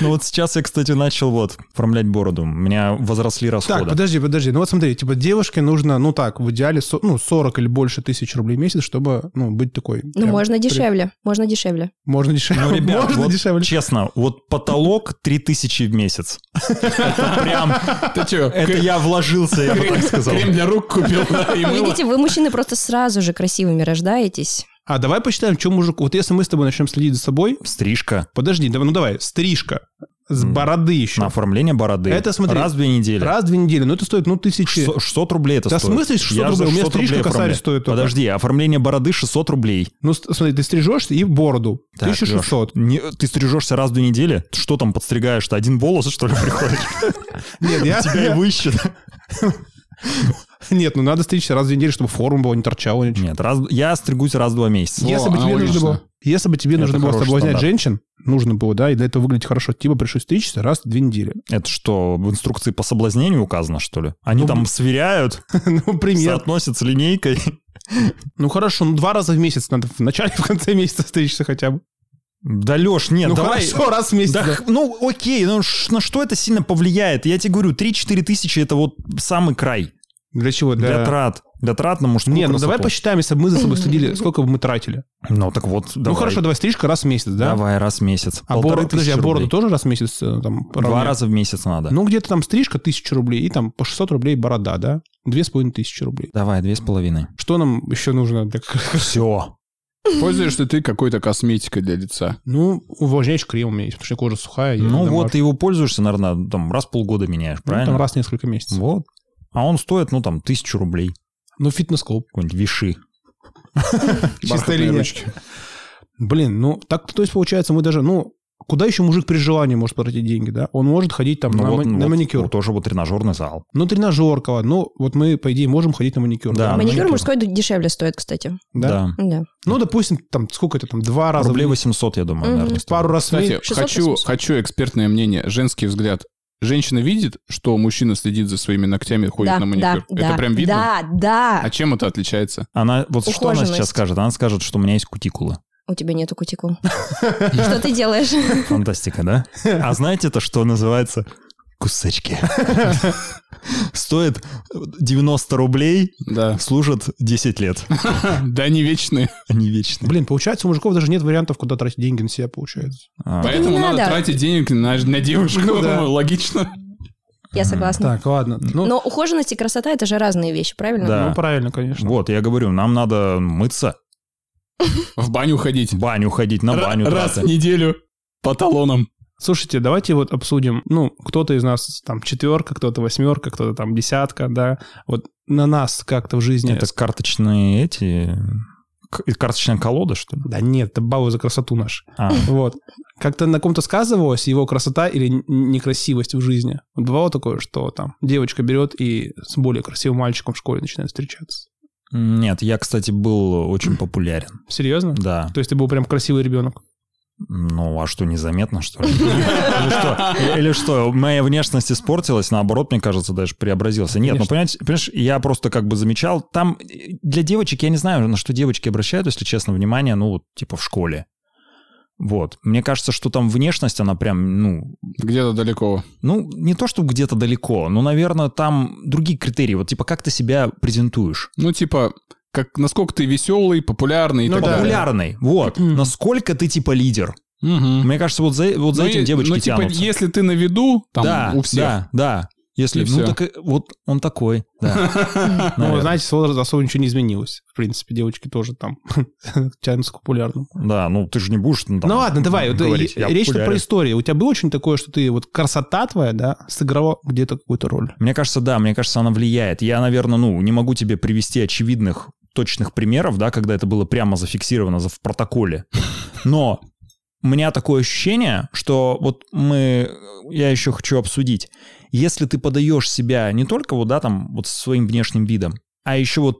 [SPEAKER 1] Ну вот сейчас я, кстати, начал вот оформлять бороду. У меня возросли
[SPEAKER 2] Так,
[SPEAKER 1] расходы.
[SPEAKER 2] подожди, подожди. Ну вот смотри, типа девушке нужно, ну так, в идеале со- ну, 40 или больше тысяч рублей в месяц, чтобы ну, быть такой.
[SPEAKER 4] Ну,
[SPEAKER 2] прям
[SPEAKER 4] можно
[SPEAKER 2] при-
[SPEAKER 4] дешевле, можно дешевле.
[SPEAKER 2] Можно дешевле.
[SPEAKER 1] Ну, ребят,
[SPEAKER 2] можно
[SPEAKER 1] вот
[SPEAKER 2] дешевле.
[SPEAKER 1] честно, вот потолок 3000 в месяц. Это прям...
[SPEAKER 3] Ты чё,
[SPEAKER 1] Это я вложился, я бы так сказал.
[SPEAKER 3] крем для рук купил да, и мыло?
[SPEAKER 4] Видите, вы, мужчины, просто сразу же красивыми рождаетесь.
[SPEAKER 2] А давай посчитаем, что мужик... Вот если мы с тобой начнем следить за собой...
[SPEAKER 1] Стрижка
[SPEAKER 2] Подожди, давай, ну давай, стрижка. С
[SPEAKER 1] М.
[SPEAKER 2] бороды еще.
[SPEAKER 1] на оформление бороды.
[SPEAKER 2] Это, смотри,
[SPEAKER 1] Раз в две недели.
[SPEAKER 2] Раз в две недели. Ну это стоит, ну, тысячи...
[SPEAKER 1] 600 рублей это
[SPEAKER 2] Да
[SPEAKER 1] стоит.
[SPEAKER 2] в смысле 600
[SPEAKER 1] Я за
[SPEAKER 2] рублей? У меня
[SPEAKER 1] 600
[SPEAKER 2] стрижка
[SPEAKER 1] рублей
[SPEAKER 2] косарь
[SPEAKER 1] оформляю.
[SPEAKER 2] стоит только.
[SPEAKER 1] Подожди, оформление бороды 600 рублей.
[SPEAKER 2] Ну, с- смотри, ты стрижешься и в бороду.
[SPEAKER 1] Так,
[SPEAKER 2] 1600.
[SPEAKER 1] Лёш, не- ты стрижешься раз в две недели? Ты Что там подстригаешь-то? Один волос, что ли, приходит?
[SPEAKER 2] Нет, я-
[SPEAKER 1] Тебя и выщет.
[SPEAKER 2] Нет, ну надо стричься раз в две недели, чтобы форма была, не торчала ничего.
[SPEAKER 1] Нет, раз- я стригусь раз в два месяца.
[SPEAKER 2] Если
[SPEAKER 3] О,
[SPEAKER 2] бы тебе нужно
[SPEAKER 3] аналогично.
[SPEAKER 2] было, если бы тебе
[SPEAKER 1] Это
[SPEAKER 2] нужно было
[SPEAKER 1] хороший
[SPEAKER 2] соблазнять
[SPEAKER 1] стандарт.
[SPEAKER 2] женщин, нужно было, да, и для этого выглядеть хорошо, типа пришлось стричься раз в две недели.
[SPEAKER 1] Это что, в инструкции по соблазнению указано, что ли? Они
[SPEAKER 2] Ну,
[SPEAKER 1] там сверяют,
[SPEAKER 2] Ну, пример.
[SPEAKER 1] соотносят с линейкой.
[SPEAKER 2] Ну хорошо, ну два раза в месяц надо в начале, в конце месяца стричься хотя бы.
[SPEAKER 1] Да, Леш, нет,
[SPEAKER 2] Ну
[SPEAKER 1] давай...
[SPEAKER 2] хорошо, раз в месяц.
[SPEAKER 1] Да,
[SPEAKER 2] да.
[SPEAKER 1] х- ну окей, ну ш- на что это сильно повлияет? Я тебе говорю, 3-4 тысячи это вот самый край
[SPEAKER 2] Для чего?
[SPEAKER 1] для,
[SPEAKER 2] Для...
[SPEAKER 1] трат. Для трат на мужскую
[SPEAKER 2] Не, ну
[SPEAKER 1] красоту.
[SPEAKER 2] давай посчитаем, если бы мы за собой следили, сколько бы мы тратили.
[SPEAKER 1] Ну так вот, давай.
[SPEAKER 2] Ну хорошо, давай стрижка раз в месяц, да?
[SPEAKER 1] Давай раз в месяц.
[SPEAKER 2] А
[SPEAKER 1] Полторы
[SPEAKER 2] бороду, подожди, а
[SPEAKER 1] тысячи
[SPEAKER 2] бороду
[SPEAKER 1] рублей.
[SPEAKER 2] тоже раз в месяц э, там?
[SPEAKER 1] Два
[SPEAKER 2] равняем?
[SPEAKER 1] раза в месяц надо.
[SPEAKER 2] Ну где-то там стрижка тысяча рублей и там по 600 рублей борода, да? Две с половиной тысячи рублей.
[SPEAKER 1] Давай, две с половиной.
[SPEAKER 2] Что нам еще нужно для
[SPEAKER 1] Все.
[SPEAKER 3] Пользуешься ты какой-то косметикой для лица.
[SPEAKER 2] Ну, увлажняющий крем у меня есть, потому что кожа сухая. я
[SPEAKER 1] Ну
[SPEAKER 2] домашний.
[SPEAKER 1] вот, ты его пользуешься, наверное, там раз в полгода меняешь,
[SPEAKER 2] Ну, там
[SPEAKER 1] правильно?
[SPEAKER 2] раз в несколько месяцев.
[SPEAKER 1] Вот. А он стоит, ну там, тысячу рублей.
[SPEAKER 2] Ну, фитнес-клуб.
[SPEAKER 1] Какой-нибудь виши.
[SPEAKER 2] Чистая
[SPEAKER 3] Бархатные
[SPEAKER 2] линия.
[SPEAKER 3] ручки.
[SPEAKER 2] Блин, ну, так, то есть, получается, мы даже, ну, куда еще мужик при желании может потратить деньги, да? Он может ходить там
[SPEAKER 1] Ну
[SPEAKER 2] на,
[SPEAKER 1] вот,
[SPEAKER 2] ма- на
[SPEAKER 1] вот,
[SPEAKER 2] маникюр.
[SPEAKER 1] вот тоже вот тренажерный зал.
[SPEAKER 2] Ну, тренажерка, ну, вот мы, по идее, можем ходить на маникюр.
[SPEAKER 1] Да, А, ну,
[SPEAKER 4] Маникюр
[SPEAKER 1] что?
[SPEAKER 4] мужской д- дешевле стоит, кстати.
[SPEAKER 2] Да?
[SPEAKER 4] Да.
[SPEAKER 2] Ну, допустим, там, сколько это там, два раза. в
[SPEAKER 1] Рублей
[SPEAKER 2] месяц,
[SPEAKER 1] 800, я думаю,
[SPEAKER 4] Мгм.
[SPEAKER 1] наверное. стоит.
[SPEAKER 2] Пару раз в
[SPEAKER 3] Кстати,
[SPEAKER 2] месяц.
[SPEAKER 4] 600,
[SPEAKER 3] хочу,
[SPEAKER 4] 800.
[SPEAKER 3] хочу экспертное мнение, женский взгляд. Женщина видит, что мужчина следит за своими ногтями, ходит
[SPEAKER 4] да,
[SPEAKER 3] на маникюр.
[SPEAKER 4] да,
[SPEAKER 3] Это
[SPEAKER 4] да,
[SPEAKER 3] прям видно?
[SPEAKER 4] Да, да.
[SPEAKER 3] А чем это отличается?
[SPEAKER 1] Она, вот что она сейчас
[SPEAKER 4] Ухоженность.
[SPEAKER 1] скажет? Она скажет, что у меня есть кутикулы.
[SPEAKER 4] У тебя нету кутикул. Что ты делаешь?
[SPEAKER 1] Фантастика, да? А знаете это, что называется? Кусачки. Стоит 90 рублей,
[SPEAKER 3] Да.
[SPEAKER 1] служат 10 лет.
[SPEAKER 3] Да, не вечные.
[SPEAKER 1] Они вечные.
[SPEAKER 2] Блин, получается, у мужиков даже нет вариантов, куда тратить деньги на себя, получается.
[SPEAKER 1] А,
[SPEAKER 3] Поэтому
[SPEAKER 4] не
[SPEAKER 3] надо
[SPEAKER 4] надо.
[SPEAKER 3] тратить денег на на девушку.
[SPEAKER 2] Ну да.
[SPEAKER 3] Логично.
[SPEAKER 4] Я согласна.
[SPEAKER 2] Так, ладно. Ну,
[SPEAKER 4] Но ухоженность и красота это же разные вещи, правильно?
[SPEAKER 1] Да.
[SPEAKER 2] ну, правильно, конечно.
[SPEAKER 1] Вот, я говорю, нам надо мыться,
[SPEAKER 3] В баню ходить.
[SPEAKER 1] в баню ходить, на
[SPEAKER 3] Р-
[SPEAKER 1] баню
[SPEAKER 3] Раз в
[SPEAKER 1] траты.
[SPEAKER 3] неделю. По талонам.
[SPEAKER 2] Слушайте, давайте вот обсудим, ну, кто-то из нас там четверка, кто-то восьмерка, кто-то там десятка, да, вот на нас как-то в жизни...
[SPEAKER 1] Это карточные эти... к- Карточная колода, что ли?
[SPEAKER 2] Да нет, это баллы за красоту наш.
[SPEAKER 1] А,
[SPEAKER 2] Вот. Как-то на ком-то сказывалась его красота или н- некрасивость в жизни. Вот бывало такое, что там девочка берет и с более красивым мальчиком в школе начинает встречаться.
[SPEAKER 1] Нет, я, кстати, был очень популярен.
[SPEAKER 2] Серьезно?
[SPEAKER 1] Да.
[SPEAKER 2] То есть ты был прям красивый ребенок.
[SPEAKER 1] Ну, а что, незаметно, что ли? Или что? Или что, моя внешность испортилась, наоборот, мне кажется, даже преобразился. Нет, ну,
[SPEAKER 2] Конечно.
[SPEAKER 1] понимаете, понимаешь, я просто как бы замечал, там э, для девочек, я не знаю, на что девочки обращают, если честно, внимание, ну, вот, типа в школе. Вот. Мне кажется, что там внешность, она прям, ну,
[SPEAKER 3] Где-то далеко.
[SPEAKER 1] ну, не то, чтобы где-то далеко, но, наверное, там другие критерии. Вот, типа, как ты себя презентуешь?
[SPEAKER 3] Ну, типа, как, насколько ты веселый, популярный и
[SPEAKER 2] Ну
[SPEAKER 3] так
[SPEAKER 2] да.
[SPEAKER 3] далее.
[SPEAKER 1] Популярный. Вот.
[SPEAKER 2] Мгм.
[SPEAKER 1] Насколько ты, типа, лидер?
[SPEAKER 3] Мгм.
[SPEAKER 1] Мне кажется, вот за, вот за
[SPEAKER 3] Ну
[SPEAKER 1] этим
[SPEAKER 3] и-
[SPEAKER 1] девочки
[SPEAKER 3] ну, типа,
[SPEAKER 1] тянутся.
[SPEAKER 3] если ты на виду, там,
[SPEAKER 1] да,
[SPEAKER 3] у всех.
[SPEAKER 1] да, да. Если,
[SPEAKER 3] И
[SPEAKER 1] ну,
[SPEAKER 3] всё.
[SPEAKER 1] так, и- вот он такой, да.
[SPEAKER 2] Ну, вы
[SPEAKER 1] Наверное.
[SPEAKER 2] знаете, с возраста особо ничего не изменилось. В принципе, девочки тоже там тянутся к популярным.
[SPEAKER 1] Да, ну ты же не будешь там
[SPEAKER 2] ну ладно, давай. вот, э,
[SPEAKER 1] говорить, я
[SPEAKER 2] речь то про
[SPEAKER 1] популярен.
[SPEAKER 2] историю. У тебя было очень такое, что ты вот красота твоя, да, сыграла где-то какую-то роль.
[SPEAKER 1] Мне кажется, да, мне кажется, она влияет. Я, наверное, ну, не могу тебе привести очевидных точных примеров, да, когда это было прямо зафиксировано за- в протоколе. Но у меня такое ощущение, что вот мы, я еще хочу обсудить, если ты подаешь себя не только вот, да, там, вот своим внешним видом, а еще вот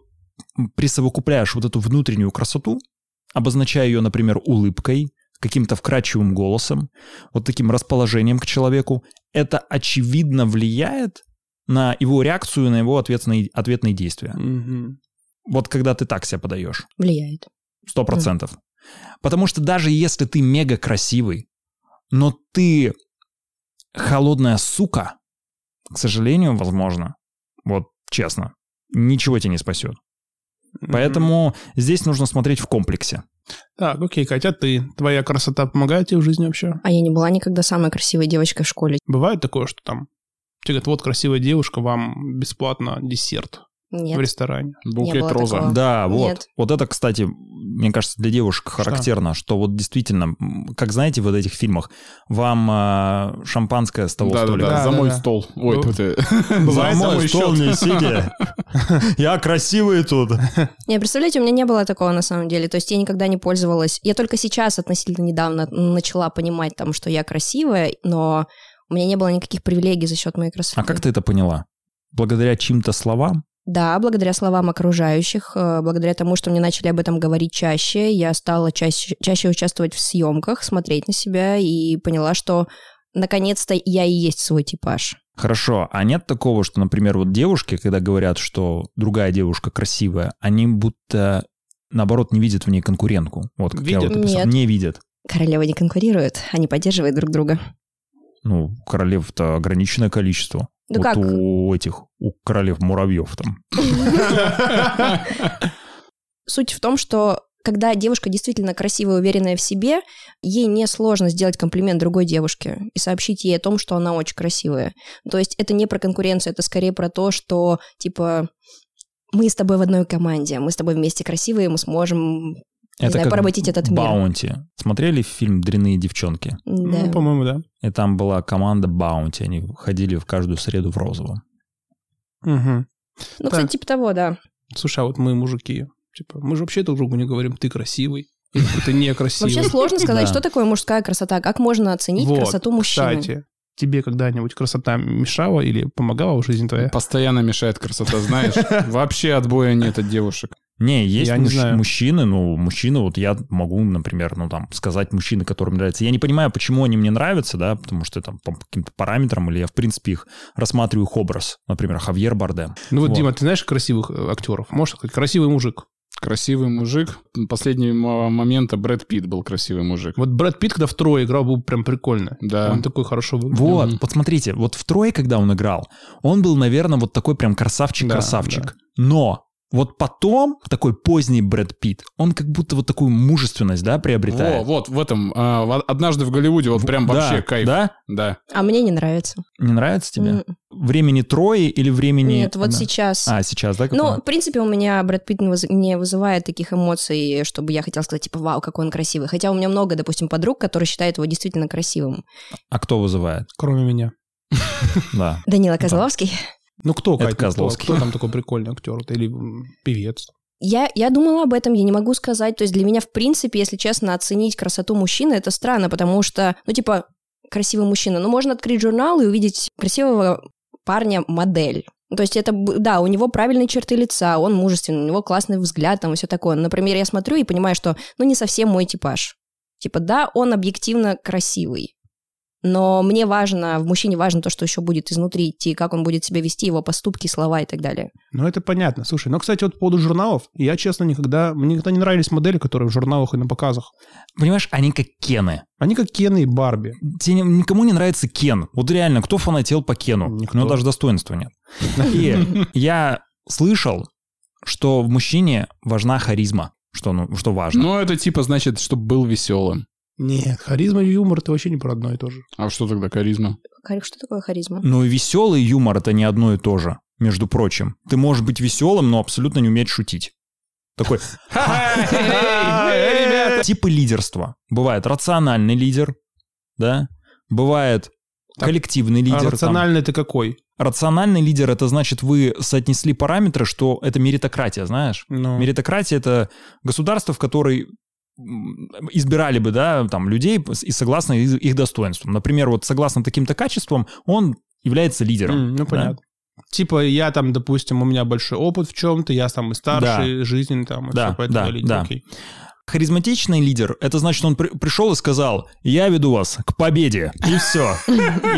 [SPEAKER 1] присовокупляешь вот эту внутреннюю красоту, обозначая ее, например, улыбкой, каким-то вкрадчивым голосом, вот таким расположением к человеку, это очевидно влияет на его реакцию, на его ответные, ответные действия. Вот когда ты так себя подаешь,
[SPEAKER 4] Влияет.
[SPEAKER 1] сто процентов. Потому что даже если ты мега красивый, Но ты холодная сука, к сожалению, возможно, вот честно, ничего тебе не спасет. Поэтому здесь нужно смотреть в комплексе.
[SPEAKER 2] Так, окей, Катя, ты. Твоя красота помогает тебе в жизни вообще?
[SPEAKER 4] А я не была никогда самой красивой девочкой в школе.
[SPEAKER 2] Бывает такое, что там тебе говорят, вот красивая девушка, вам бесплатно десерт в
[SPEAKER 4] Нет.
[SPEAKER 2] ресторане.
[SPEAKER 4] Не
[SPEAKER 3] Букет
[SPEAKER 4] было
[SPEAKER 3] роза.
[SPEAKER 4] такого.
[SPEAKER 1] Да, вот.
[SPEAKER 4] Нет.
[SPEAKER 1] Вот это, кстати, мне кажется, для девушек характерно, что вот действительно, м, как знаете, вот в этих фильмах, вам а, шампанское с того столика.
[SPEAKER 2] да.
[SPEAKER 3] Да-да-да, за мой
[SPEAKER 2] Да-да-да.
[SPEAKER 3] стол. Ой,
[SPEAKER 2] Бу-
[SPEAKER 3] тут
[SPEAKER 1] Ну,
[SPEAKER 3] э,
[SPEAKER 1] За
[SPEAKER 2] Бывает
[SPEAKER 1] мой
[SPEAKER 2] самой
[SPEAKER 1] стол
[SPEAKER 2] счет.
[SPEAKER 1] несите. Я красивый тут.
[SPEAKER 4] Не, представляете, у меня не было такого на самом деле. То есть я никогда не пользовалась. Я только сейчас относительно недавно начала понимать, там, что я красивая, но у меня не было никаких привилегий за счет моей красоты.
[SPEAKER 1] А как ты это поняла? Благодаря чьим-то словам?
[SPEAKER 4] Да, благодаря словам окружающих, э, благодаря тому, что мне начали об этом говорить чаще, я стала чаще, чаще участвовать в съемках, смотреть на себя и поняла, что наконец-то я и есть свой типаж.
[SPEAKER 1] Хорошо, а нет такого, что, например, вот девушки, когда говорят, что другая девушка красивая, они будто наоборот не видят в ней конкурентку. Вот как я
[SPEAKER 2] Видят?
[SPEAKER 1] вот описал.
[SPEAKER 4] Нет.
[SPEAKER 1] Не видят.
[SPEAKER 4] Королевы не конкурируют, они поддерживают друг друга.
[SPEAKER 1] Ну, королев-то ограниченное количество.
[SPEAKER 4] Да
[SPEAKER 1] вот
[SPEAKER 4] Ну как?
[SPEAKER 1] у этих, у королев муравьев там.
[SPEAKER 4] Суть в том, что когда девушка действительно красивая и уверенная в себе, ей несложно сделать комплимент другой девушке и сообщить ей о том, что она очень красивая. То есть это не про конкуренцию, это скорее про то, что, типа, мы с тобой в одной команде, мы с тобой вместе красивые, мы сможем... Не знаю, поработить этот мир.
[SPEAKER 1] Баунти. Смотрели фильм «Дряные девчонки»?
[SPEAKER 4] Да.
[SPEAKER 2] Ну, по-моему, да.
[SPEAKER 1] И там была команда Баунти. Они ходили в каждую среду в розовом.
[SPEAKER 2] Мгм.
[SPEAKER 4] ну, кстати,
[SPEAKER 2] так.
[SPEAKER 4] типа того, да.
[SPEAKER 2] Слушай, а вот мы мужики, типа, мы же вообще друг другу не говорим, ты красивый, или ты некрасивый.
[SPEAKER 4] Вообще сложно сказать,
[SPEAKER 1] Да.
[SPEAKER 4] что такое мужская красота, как можно оценить
[SPEAKER 2] Вот,
[SPEAKER 4] красоту мужчины.
[SPEAKER 2] Кстати, тебе когда-нибудь красота мешала или помогала в жизни твоя?
[SPEAKER 3] Постоянно мешает красота, знаешь. Вообще отбоя нет от девушек.
[SPEAKER 1] Не, есть
[SPEAKER 2] Я не
[SPEAKER 1] муж-
[SPEAKER 2] знаю.
[SPEAKER 1] мужчины, ну, мужчины, вот я могу, например, ну, там, сказать мужчины, которым нравится. Я не понимаю, почему они мне нравятся, да, потому что там по каким-то параметрам, или я, в принципе, их рассматриваю их образ. Например, Хавьер Бардем.
[SPEAKER 2] Ну вот,
[SPEAKER 1] Вот.
[SPEAKER 2] Дима, ты знаешь красивых э, актеров? Можешь сказать, красивый мужик.
[SPEAKER 3] Красивый мужик. Последнего момента Брэд Питт был красивый мужик.
[SPEAKER 2] Вот Брэд Питт, когда в Трое играл, был прям прикольно.
[SPEAKER 3] Да.
[SPEAKER 2] Он такой хорошо выглядел.
[SPEAKER 1] Вот,
[SPEAKER 3] Мгм.
[SPEAKER 1] вот смотрите, вот в Трое, когда он играл, он был, наверное, вот такой прям красавчик-красавчик.
[SPEAKER 2] Да,
[SPEAKER 1] Но вот потом, такой поздний Брэд Питт, он как будто вот такую мужественность, да,
[SPEAKER 3] Во,
[SPEAKER 1] приобретает.
[SPEAKER 3] вот в этом. а, в- Однажды в Голливуде вот прям
[SPEAKER 1] Да,
[SPEAKER 3] вообще кайф.
[SPEAKER 1] Да?
[SPEAKER 3] Да.
[SPEAKER 4] А мне не нравится.
[SPEAKER 1] Не нравится тебе?
[SPEAKER 4] М,
[SPEAKER 1] Времени Трои или времени...
[SPEAKER 4] Нет, вот
[SPEAKER 1] Да.
[SPEAKER 4] сейчас.
[SPEAKER 1] А, сейчас, да?
[SPEAKER 4] Ну,
[SPEAKER 1] какое?
[SPEAKER 4] в принципе, у меня Брэд Питт не выз- не вызывает таких эмоций, чтобы я хотела сказать, типа, вау, какой он красивый. Хотя у меня много, допустим, подруг, которые считают его действительно красивым.
[SPEAKER 1] А кто вызывает?
[SPEAKER 2] Кроме меня.
[SPEAKER 1] Да.
[SPEAKER 4] Данила Козловский.
[SPEAKER 2] Ну кто,
[SPEAKER 1] Это
[SPEAKER 2] Кать, ну, кто,
[SPEAKER 1] Козловский.
[SPEAKER 2] кто там такой прикольный актер? Вот, Или м, певец?
[SPEAKER 4] Я, я думала об этом, я не могу сказать. То есть для меня, в принципе, если честно, оценить красоту мужчины, это странно, потому что, ну, типа, красивый мужчина. Ну, можно открыть журнал и увидеть красивого парня-модель. Ну, То есть это, б- да, у него правильные черты лица, он мужественный, у него классный взгляд там и все такое. Например, я смотрю и понимаю, что, ну, не совсем мой типаж. Типа, да, он объективно красивый, но мне важно, в мужчине важно то, что еще будет изнутри идти, как он будет себя вести, его поступки, слова и так далее.
[SPEAKER 2] Ну, это понятно. Слушай, ну, кстати, вот по поводу журналов, я, честно, никогда... Мне никогда не нравились модели, которые в журналах и на показах.
[SPEAKER 1] Понимаешь, они как Кены.
[SPEAKER 2] Они как Кены и Барби.
[SPEAKER 1] Тебе ни- никому не нравится Кен. Вот реально, кто фанател по Кену?
[SPEAKER 2] Никто.
[SPEAKER 1] Но даже достоинства нет. И я слышал, что в мужчине важна харизма. Что, ну, что важно.
[SPEAKER 3] Но это типа значит, чтобы был веселым.
[SPEAKER 2] Нет, харизма и юмор — это вообще не про одно и то же.
[SPEAKER 3] А что тогда каризма?
[SPEAKER 4] Карик, Что такое харизма?
[SPEAKER 1] Но и веселый юмор это не одно и то же, между прочим. Ты можешь быть веселым, но абсолютно не уметь шутить. Такой типы лидерства. Бывает рациональный лидер, да? Бывает
[SPEAKER 2] Так,
[SPEAKER 1] коллективный
[SPEAKER 2] А
[SPEAKER 1] лидер. там.
[SPEAKER 2] рациональный ты какой?
[SPEAKER 1] Рациональный лидер это значит, вы соотнесли параметры, что это меритократия, знаешь?
[SPEAKER 2] Ну,
[SPEAKER 1] Меритократия это государство, в которой м, избирали бы, да, там, людей и согласно из- их достоинствам. Например, вот согласно таким-то качествам он является лидером.
[SPEAKER 2] м, ну, понятно. Типа я там, допустим, у меня большой опыт в чем-то, я самый старший, жизненный там, и
[SPEAKER 1] Да,
[SPEAKER 2] всё по этой
[SPEAKER 1] да,
[SPEAKER 2] линии.
[SPEAKER 1] да.
[SPEAKER 2] Окей.
[SPEAKER 1] Харизматичный лидер, это значит, он при- пришел и сказал, я веду вас к победе, и все.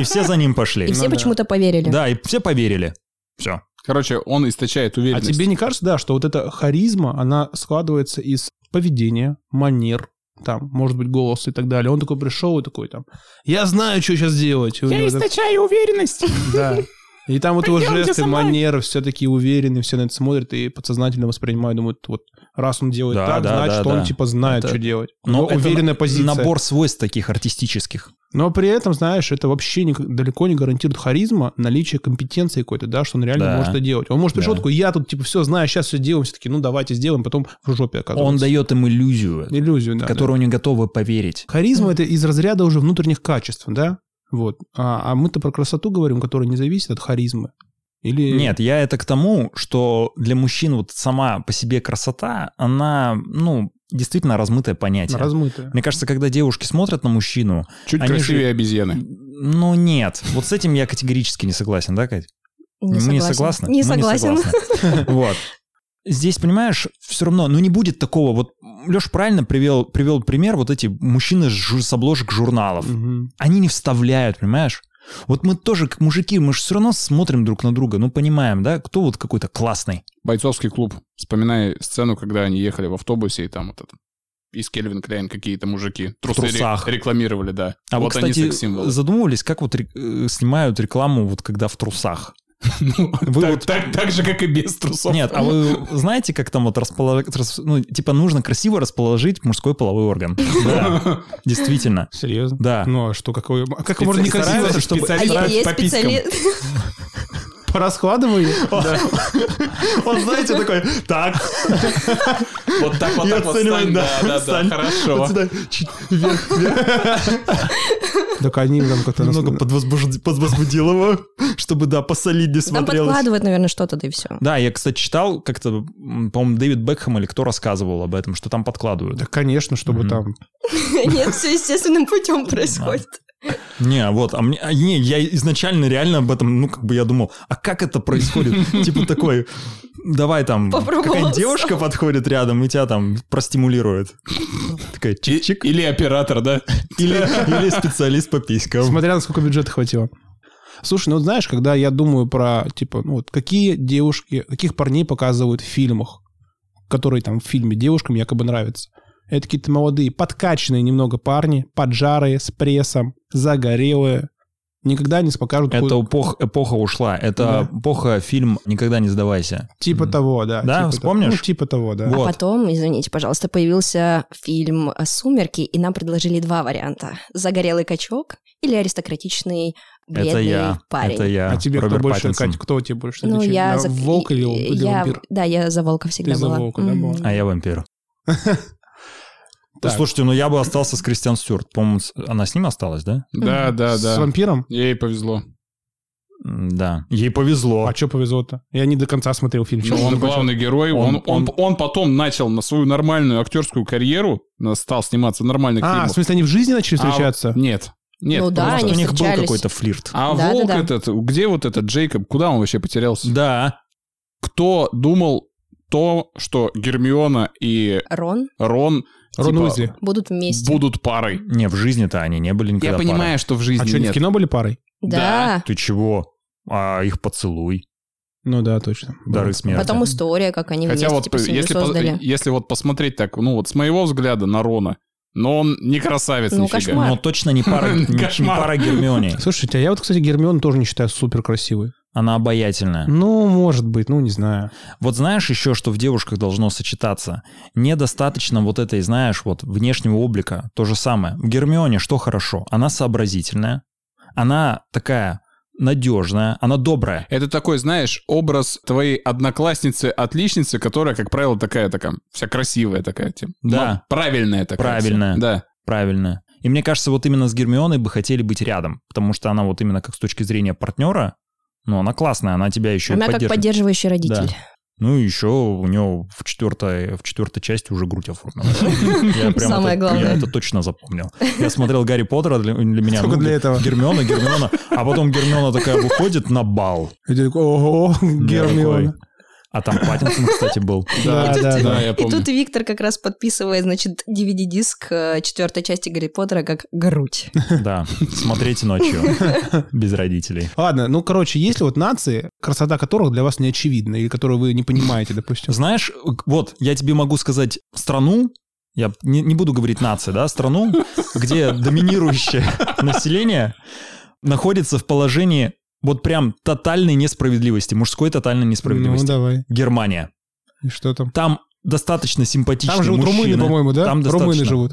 [SPEAKER 1] И все за ним
[SPEAKER 4] И
[SPEAKER 1] пошли. Ну,
[SPEAKER 4] все
[SPEAKER 2] да.
[SPEAKER 4] почему-то поверили.
[SPEAKER 1] Да, и все поверили. Все.
[SPEAKER 3] Короче, он источает
[SPEAKER 2] А
[SPEAKER 3] уверенность.
[SPEAKER 2] тебе не кажется, да, что вот эта харизма, она складывается из поведения, манер, там, может быть, голос и так далее. Он такой пришел и такой там, я знаю, что сейчас делать. И у него так-
[SPEAKER 3] источаю уверенность.
[SPEAKER 2] Да. И там вот его
[SPEAKER 3] Пойдёмте
[SPEAKER 2] жесты,
[SPEAKER 3] со мной.
[SPEAKER 2] манеры, все такие уверенные, все на это смотрят и подсознательно воспринимают, думают, вот раз он делает
[SPEAKER 1] Да,
[SPEAKER 2] так,
[SPEAKER 1] да,
[SPEAKER 2] значит,
[SPEAKER 1] да,
[SPEAKER 2] он
[SPEAKER 1] да.
[SPEAKER 2] типа знает,
[SPEAKER 1] Это-
[SPEAKER 2] что делать. Но
[SPEAKER 1] на-
[SPEAKER 2] уверенная позиция.
[SPEAKER 1] Набор свойств таких артистических.
[SPEAKER 2] Но при этом, знаешь, это вообще не- далеко не гарантирует харизма, наличие компетенции какой-то, да, что он реально
[SPEAKER 1] Да.
[SPEAKER 2] может это делать. Он может пришел
[SPEAKER 1] Да.
[SPEAKER 2] такой, я тут типа все знаю, сейчас все делаем, все-таки, ну давайте сделаем, потом в жопе оказывается.
[SPEAKER 1] Он дает им иллюзию,
[SPEAKER 2] иллюзию, да.
[SPEAKER 1] в которую они готовы поверить.
[SPEAKER 2] да. Харизма это из разряда уже внутренних качеств, да? Вот. А, а мы-то про красоту говорим, которая не зависит от харизмы. Или...
[SPEAKER 1] Нет, я это к тому, что для мужчин вот сама по себе красота, она, ну, действительно размытое понятие.
[SPEAKER 2] Размытая.
[SPEAKER 1] Мне кажется, когда девушки смотрят на мужчину,
[SPEAKER 3] Чуть
[SPEAKER 1] Они
[SPEAKER 3] красивее обезьяны.
[SPEAKER 1] ну нет, вот с этим я категорически не согласен, да, Кать?
[SPEAKER 4] Не
[SPEAKER 1] Мы не
[SPEAKER 4] согласен.
[SPEAKER 1] согласны?
[SPEAKER 4] Не
[SPEAKER 1] Мы
[SPEAKER 4] согласен.
[SPEAKER 1] согласны. Вот. Здесь, понимаешь, все равно, ну не будет такого, вот Леш правильно привел, привел пример, вот эти мужчины с, жур- с обложек журналов,
[SPEAKER 2] Мгм.
[SPEAKER 1] они не вставляют, понимаешь? Вот мы тоже, как мужики, мы же все равно смотрим друг на друга, ну понимаем, да, кто вот какой-то классный.
[SPEAKER 3] Бойцовский клуб. Вспоминай сцену, когда они ехали в автобусе, и там вот этот из Кельвин Кляйн какие-то мужики трусы ре-
[SPEAKER 1] трусах.
[SPEAKER 3] рекламировали, да.
[SPEAKER 1] А
[SPEAKER 3] вот
[SPEAKER 1] вот, вы,
[SPEAKER 3] они
[SPEAKER 1] кстати,
[SPEAKER 3] секс-символы.
[SPEAKER 1] задумывались, как вот рек- э, снимают рекламу, вот когда в трусах?
[SPEAKER 3] Ну,
[SPEAKER 1] Вы
[SPEAKER 3] так,
[SPEAKER 1] вот-
[SPEAKER 3] так- так же, как и без трусов.
[SPEAKER 1] Нет, а вы знаете, как там вот расположить, ну, типа нужно красиво расположить мужской половой орган? Да, действительно.
[SPEAKER 2] Серьезно?
[SPEAKER 1] Да.
[SPEAKER 2] Ну а что, какое... а как
[SPEAKER 3] Специ-
[SPEAKER 2] можно не красиво
[SPEAKER 3] стараются,
[SPEAKER 2] чтобы
[SPEAKER 4] А
[SPEAKER 3] Они
[SPEAKER 4] я- есть
[SPEAKER 3] по писькам.
[SPEAKER 4] специалист.
[SPEAKER 2] пораскладывали?
[SPEAKER 1] Он, знаете, такой, так,
[SPEAKER 3] Вот так вот
[SPEAKER 1] И
[SPEAKER 3] так вот
[SPEAKER 1] оценивать,
[SPEAKER 3] стань,
[SPEAKER 1] да,
[SPEAKER 3] да, да,
[SPEAKER 1] стань.
[SPEAKER 3] да, хорошо.
[SPEAKER 2] Так они там как-то...
[SPEAKER 1] немного
[SPEAKER 2] рас-
[SPEAKER 1] подвозбужд- подвозбудил его, чтобы, да, посолиднее
[SPEAKER 4] Там
[SPEAKER 1] смотрелось.
[SPEAKER 4] подкладывают, наверное, что-то, да и все.
[SPEAKER 1] Да, я, кстати, читал как-то, м, по-моему, Дэвид Бекхэм или кто рассказывал об этом, что там подкладывают.
[SPEAKER 2] Да, конечно, чтобы
[SPEAKER 1] Мгм.
[SPEAKER 2] там...
[SPEAKER 4] Нет, все естественным путем происходит.
[SPEAKER 1] Не, вот, а мне, а не, я изначально реально об этом, ну, как бы я думал, а как это происходит? Типа такой, давай там,
[SPEAKER 4] Попробовал
[SPEAKER 1] какая-нибудь
[SPEAKER 4] сам.
[SPEAKER 1] девушка подходит рядом и тебя там простимулирует. Такая,
[SPEAKER 3] И-
[SPEAKER 1] чик-чик.
[SPEAKER 3] Или оператор, да?
[SPEAKER 1] Или, или специалист по писькам.
[SPEAKER 2] Смотря на сколько бюджета хватило. Эм. Слушай, ну вот знаешь, когда я думаю про, типа, ну вот какие девушки, каких парней показывают в фильмах, которые там в фильме девушкам якобы нравятся. Это какие-то молодые, подкачанные немного парни, поджарые, с прессом, загорелые. Никогда не покажут
[SPEAKER 1] Это
[SPEAKER 2] хуй-
[SPEAKER 1] эпох- эпоха ушла. Это эпоха фильм «Никогда не сдавайся».
[SPEAKER 2] типа
[SPEAKER 1] М.
[SPEAKER 2] того,
[SPEAKER 1] Да,
[SPEAKER 2] да. типа того.
[SPEAKER 1] вспомнишь?
[SPEAKER 2] Ну, типа того, да.
[SPEAKER 1] Вот.
[SPEAKER 4] А потом, извините, пожалуйста, появился фильм «Сумерки», и нам предложили два варианта. «Загорелый качок» или «Аристократичный бледный
[SPEAKER 1] Это я.
[SPEAKER 4] парень».
[SPEAKER 1] Это я.
[SPEAKER 2] А тебе
[SPEAKER 1] Роберт
[SPEAKER 2] кто больше,
[SPEAKER 1] Паттинсон.
[SPEAKER 2] Кать, кто тебе больше
[SPEAKER 4] Ну,
[SPEAKER 2] отвечает?
[SPEAKER 4] я
[SPEAKER 2] На
[SPEAKER 4] за...
[SPEAKER 2] Волк или, или
[SPEAKER 4] я-
[SPEAKER 2] вампир?
[SPEAKER 4] Да, я за волка всегда
[SPEAKER 2] Ты за
[SPEAKER 4] была.
[SPEAKER 2] волка, да,
[SPEAKER 4] М.
[SPEAKER 2] была?
[SPEAKER 1] А я вампир.
[SPEAKER 2] Так.
[SPEAKER 1] Слушайте, ну я бы остался с Кристиан Стюарт. По-моему, с- она с ним осталась, да?
[SPEAKER 3] Да, да,
[SPEAKER 2] С
[SPEAKER 3] да.
[SPEAKER 2] вампиром?
[SPEAKER 3] Ей повезло.
[SPEAKER 1] М, Да. Ей повезло.
[SPEAKER 2] А что повезло-то? Я не до конца смотрел фильм.
[SPEAKER 3] Ну,
[SPEAKER 2] Сейчас
[SPEAKER 3] он
[SPEAKER 2] закончил.
[SPEAKER 3] главный герой. Он,
[SPEAKER 1] Он-
[SPEAKER 3] он, он, потом начал на свою нормальную актерскую карьеру, на- стал сниматься в нормальных
[SPEAKER 2] А, в
[SPEAKER 3] фильмах.
[SPEAKER 2] смысле, они в жизни начали
[SPEAKER 3] А,
[SPEAKER 2] встречаться?
[SPEAKER 3] Нет. Нет.
[SPEAKER 4] Ну да,
[SPEAKER 1] Может,
[SPEAKER 4] они
[SPEAKER 1] у них был
[SPEAKER 4] встречались.
[SPEAKER 1] какой-то флирт.
[SPEAKER 3] А
[SPEAKER 4] Да, да,
[SPEAKER 3] волк
[SPEAKER 4] да.
[SPEAKER 3] этот, где вот этот Джейкоб, куда он вообще потерялся?
[SPEAKER 1] Да.
[SPEAKER 3] Кто думал то, что Гермиона и
[SPEAKER 4] Рон
[SPEAKER 3] Рон,
[SPEAKER 2] Рон
[SPEAKER 3] типа,
[SPEAKER 2] Уизли.
[SPEAKER 4] будут вместе.
[SPEAKER 3] будут парой?
[SPEAKER 1] Не, в жизни-то они не были никогда
[SPEAKER 3] Я
[SPEAKER 1] парой.
[SPEAKER 3] понимаю, что в
[SPEAKER 2] А
[SPEAKER 3] жизни
[SPEAKER 2] что, они в
[SPEAKER 3] нет.
[SPEAKER 2] кино были парой?
[SPEAKER 4] Да.
[SPEAKER 1] Ты чего? А их поцелуй.
[SPEAKER 2] Ну да, точно.
[SPEAKER 1] Дары
[SPEAKER 2] Было.
[SPEAKER 1] смерти.
[SPEAKER 4] Потом история, как они
[SPEAKER 3] Хотя
[SPEAKER 4] вместе
[SPEAKER 3] вот
[SPEAKER 4] типа, семью
[SPEAKER 3] если, пос-
[SPEAKER 4] создали.
[SPEAKER 3] если вот посмотреть так, ну вот с моего взгляда на Рона, но он не красавец
[SPEAKER 4] Ну,
[SPEAKER 3] нифига.
[SPEAKER 4] кошмар.
[SPEAKER 1] Но точно не пара, не- не
[SPEAKER 3] Кошмар.
[SPEAKER 1] пара Гермионе.
[SPEAKER 2] Слушайте, а я вот, кстати, Гермион тоже не считаю супер красивой.
[SPEAKER 1] Она обаятельная.
[SPEAKER 2] Ну, может быть, ну не знаю.
[SPEAKER 1] Вот знаешь еще, что в девушках должно сочетаться? Недостаточно вот этой, знаешь, вот внешнего облика. То же самое. В Гермионе что хорошо? Она сообразительная, она такая надежная, она добрая.
[SPEAKER 3] Это такой, знаешь, образ твоей одноклассницы-отличницы, которая, как правило, такая такая, вся красивая такая, типа.
[SPEAKER 1] Да.
[SPEAKER 3] Ну, правильная такая.
[SPEAKER 1] Правильная.
[SPEAKER 3] вся. Да.
[SPEAKER 1] Правильно. И мне кажется, вот именно с Гермионой бы хотели быть рядом, потому что она вот именно как с точки зрения партнера, ну, она классная, она тебя еще и
[SPEAKER 4] Она как
[SPEAKER 1] поддержит.
[SPEAKER 4] поддерживающий родитель.
[SPEAKER 1] Ну, и еще у него в четвертой, в четвертой части уже грудь оформилась. Я прям
[SPEAKER 4] Самое
[SPEAKER 1] это-
[SPEAKER 4] главное.
[SPEAKER 1] Я это точно запомнил. Я смотрел Гарри Поттера для, для меня.
[SPEAKER 2] Только
[SPEAKER 1] ну,
[SPEAKER 2] для этого.
[SPEAKER 1] Гермиона, Гермиона. А потом Гермиона такая выходит на бал.
[SPEAKER 2] И ты такой, ого,
[SPEAKER 1] Я
[SPEAKER 2] Гермион.
[SPEAKER 1] такой, А там Паттинсон, кстати, был.
[SPEAKER 2] Да,
[SPEAKER 4] И тут-
[SPEAKER 2] да, да.
[SPEAKER 3] я
[SPEAKER 4] И
[SPEAKER 3] помню.
[SPEAKER 4] тут Виктор как раз подписывает, значит, DVD-диск э, четвертой части Гарри Поттера как грудь.
[SPEAKER 1] Да, смотрите ночью. Без родителей.
[SPEAKER 2] Ладно, ну, короче, есть ли вот нации, красота которых для вас не очевидна, или которую вы не понимаете, допустим?
[SPEAKER 1] Знаешь, вот, я тебе могу сказать страну, я не, не буду говорить нации, да, страну, где доминирующее население находится в положении вот прям тотальной несправедливости, мужской тотальной
[SPEAKER 2] Ну,
[SPEAKER 1] несправедливости.
[SPEAKER 2] давай.
[SPEAKER 1] Германия.
[SPEAKER 2] И что там?
[SPEAKER 1] Там достаточно симпатичные
[SPEAKER 2] Там живут
[SPEAKER 1] мужчины.
[SPEAKER 2] румыны, по-моему, да?
[SPEAKER 1] Там
[SPEAKER 2] румыны
[SPEAKER 1] достаточно.
[SPEAKER 2] живут.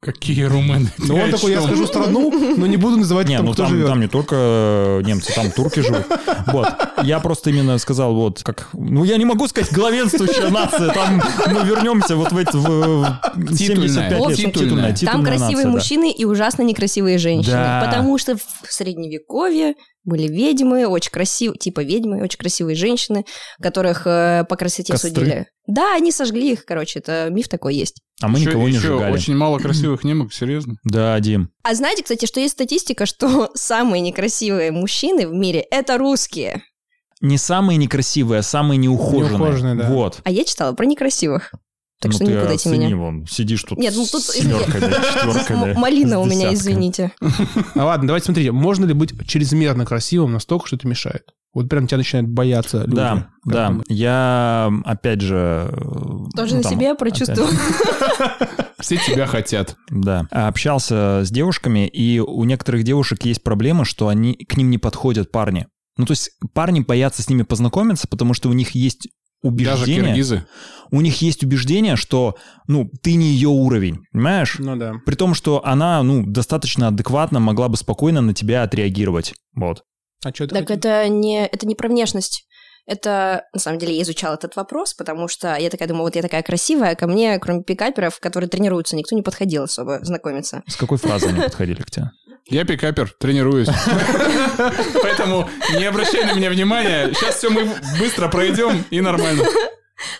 [SPEAKER 3] Какие румыны?
[SPEAKER 2] Ну, он такой, я
[SPEAKER 3] что?
[SPEAKER 2] скажу страну, но не буду называть
[SPEAKER 1] Не,
[SPEAKER 2] там,
[SPEAKER 1] ну
[SPEAKER 2] кто
[SPEAKER 1] там,
[SPEAKER 2] живет.
[SPEAKER 1] там не только э, немцы, там турки живут. Вот. Я просто именно сказал, вот как... Ну, я не могу сказать главенствующая нация. Там мы вернемся вот в эти... в- в 75 лет.
[SPEAKER 4] Титульная.
[SPEAKER 1] Титульная,
[SPEAKER 4] Там
[SPEAKER 1] титульная
[SPEAKER 4] красивые
[SPEAKER 1] нация, да.
[SPEAKER 4] мужчины и ужасно некрасивые женщины.
[SPEAKER 1] Да.
[SPEAKER 4] Потому что в средневековье были ведьмы, очень красивые, типа ведьмы, очень красивые женщины, которых э, по красоте
[SPEAKER 1] Костры.
[SPEAKER 4] судили. Да, они сожгли их, короче, это миф такой есть.
[SPEAKER 1] А мы
[SPEAKER 3] Ещё-
[SPEAKER 1] никого не
[SPEAKER 3] ещё
[SPEAKER 1] сжигали.
[SPEAKER 3] Очень мало красивых немок, серьезно.
[SPEAKER 1] Да, Дим.
[SPEAKER 4] А знаете, кстати, что есть статистика, что самые некрасивые мужчины в мире — это русские.
[SPEAKER 1] Не самые некрасивые, а самые неухоженные.
[SPEAKER 2] Неухоженные, да.
[SPEAKER 1] Вот.
[SPEAKER 4] А я читала про некрасивых. Так что
[SPEAKER 1] ну,
[SPEAKER 4] не
[SPEAKER 1] ты
[SPEAKER 4] пугайте
[SPEAKER 1] оцени
[SPEAKER 4] меня.
[SPEAKER 1] вон, сидишь тут
[SPEAKER 4] Нет, ну,
[SPEAKER 1] с
[SPEAKER 4] тут-
[SPEAKER 1] семеркой, да, с четверкой, да,
[SPEAKER 4] М-
[SPEAKER 1] с
[SPEAKER 4] Малина у меня,
[SPEAKER 1] десяткой.
[SPEAKER 4] извините.
[SPEAKER 2] А ладно, давайте смотрите, можно ли быть чрезмерно красивым настолько, что это мешает? Вот прям тебя начинают бояться люди.
[SPEAKER 1] Да,
[SPEAKER 2] Как
[SPEAKER 1] да.
[SPEAKER 2] думаешь?
[SPEAKER 1] Я, опять же... э,
[SPEAKER 4] Тоже
[SPEAKER 1] ну,
[SPEAKER 4] на
[SPEAKER 1] там,
[SPEAKER 4] себе прочувствовала.
[SPEAKER 3] Все тебя хотят.
[SPEAKER 1] Да. А Общался с девушками, и у некоторых девушек есть проблема, что они к ним не подходят парни. Ну, то есть парни боятся с ними познакомиться, потому что у них есть
[SPEAKER 3] Даже
[SPEAKER 1] убеждение.
[SPEAKER 3] киргизы.
[SPEAKER 1] У них есть убеждение, что, ну, ты не ее уровень, понимаешь?
[SPEAKER 2] Ну да.
[SPEAKER 1] При том, что она, ну, достаточно адекватно могла бы спокойно на тебя отреагировать. Вот.
[SPEAKER 2] А что
[SPEAKER 4] Так это не, это не про внешность. Это, на самом деле, я изучала этот вопрос, потому что я такая думаю, вот я такая красивая, ко мне, кроме пикаперов, которые тренируются, никто не подходил особо знакомиться.
[SPEAKER 1] С какой фразой они подходили к тебе?
[SPEAKER 3] Я пикапер, тренируюсь. Поэтому не обращай на меня внимания. Сейчас все мы быстро пройдем и нормально.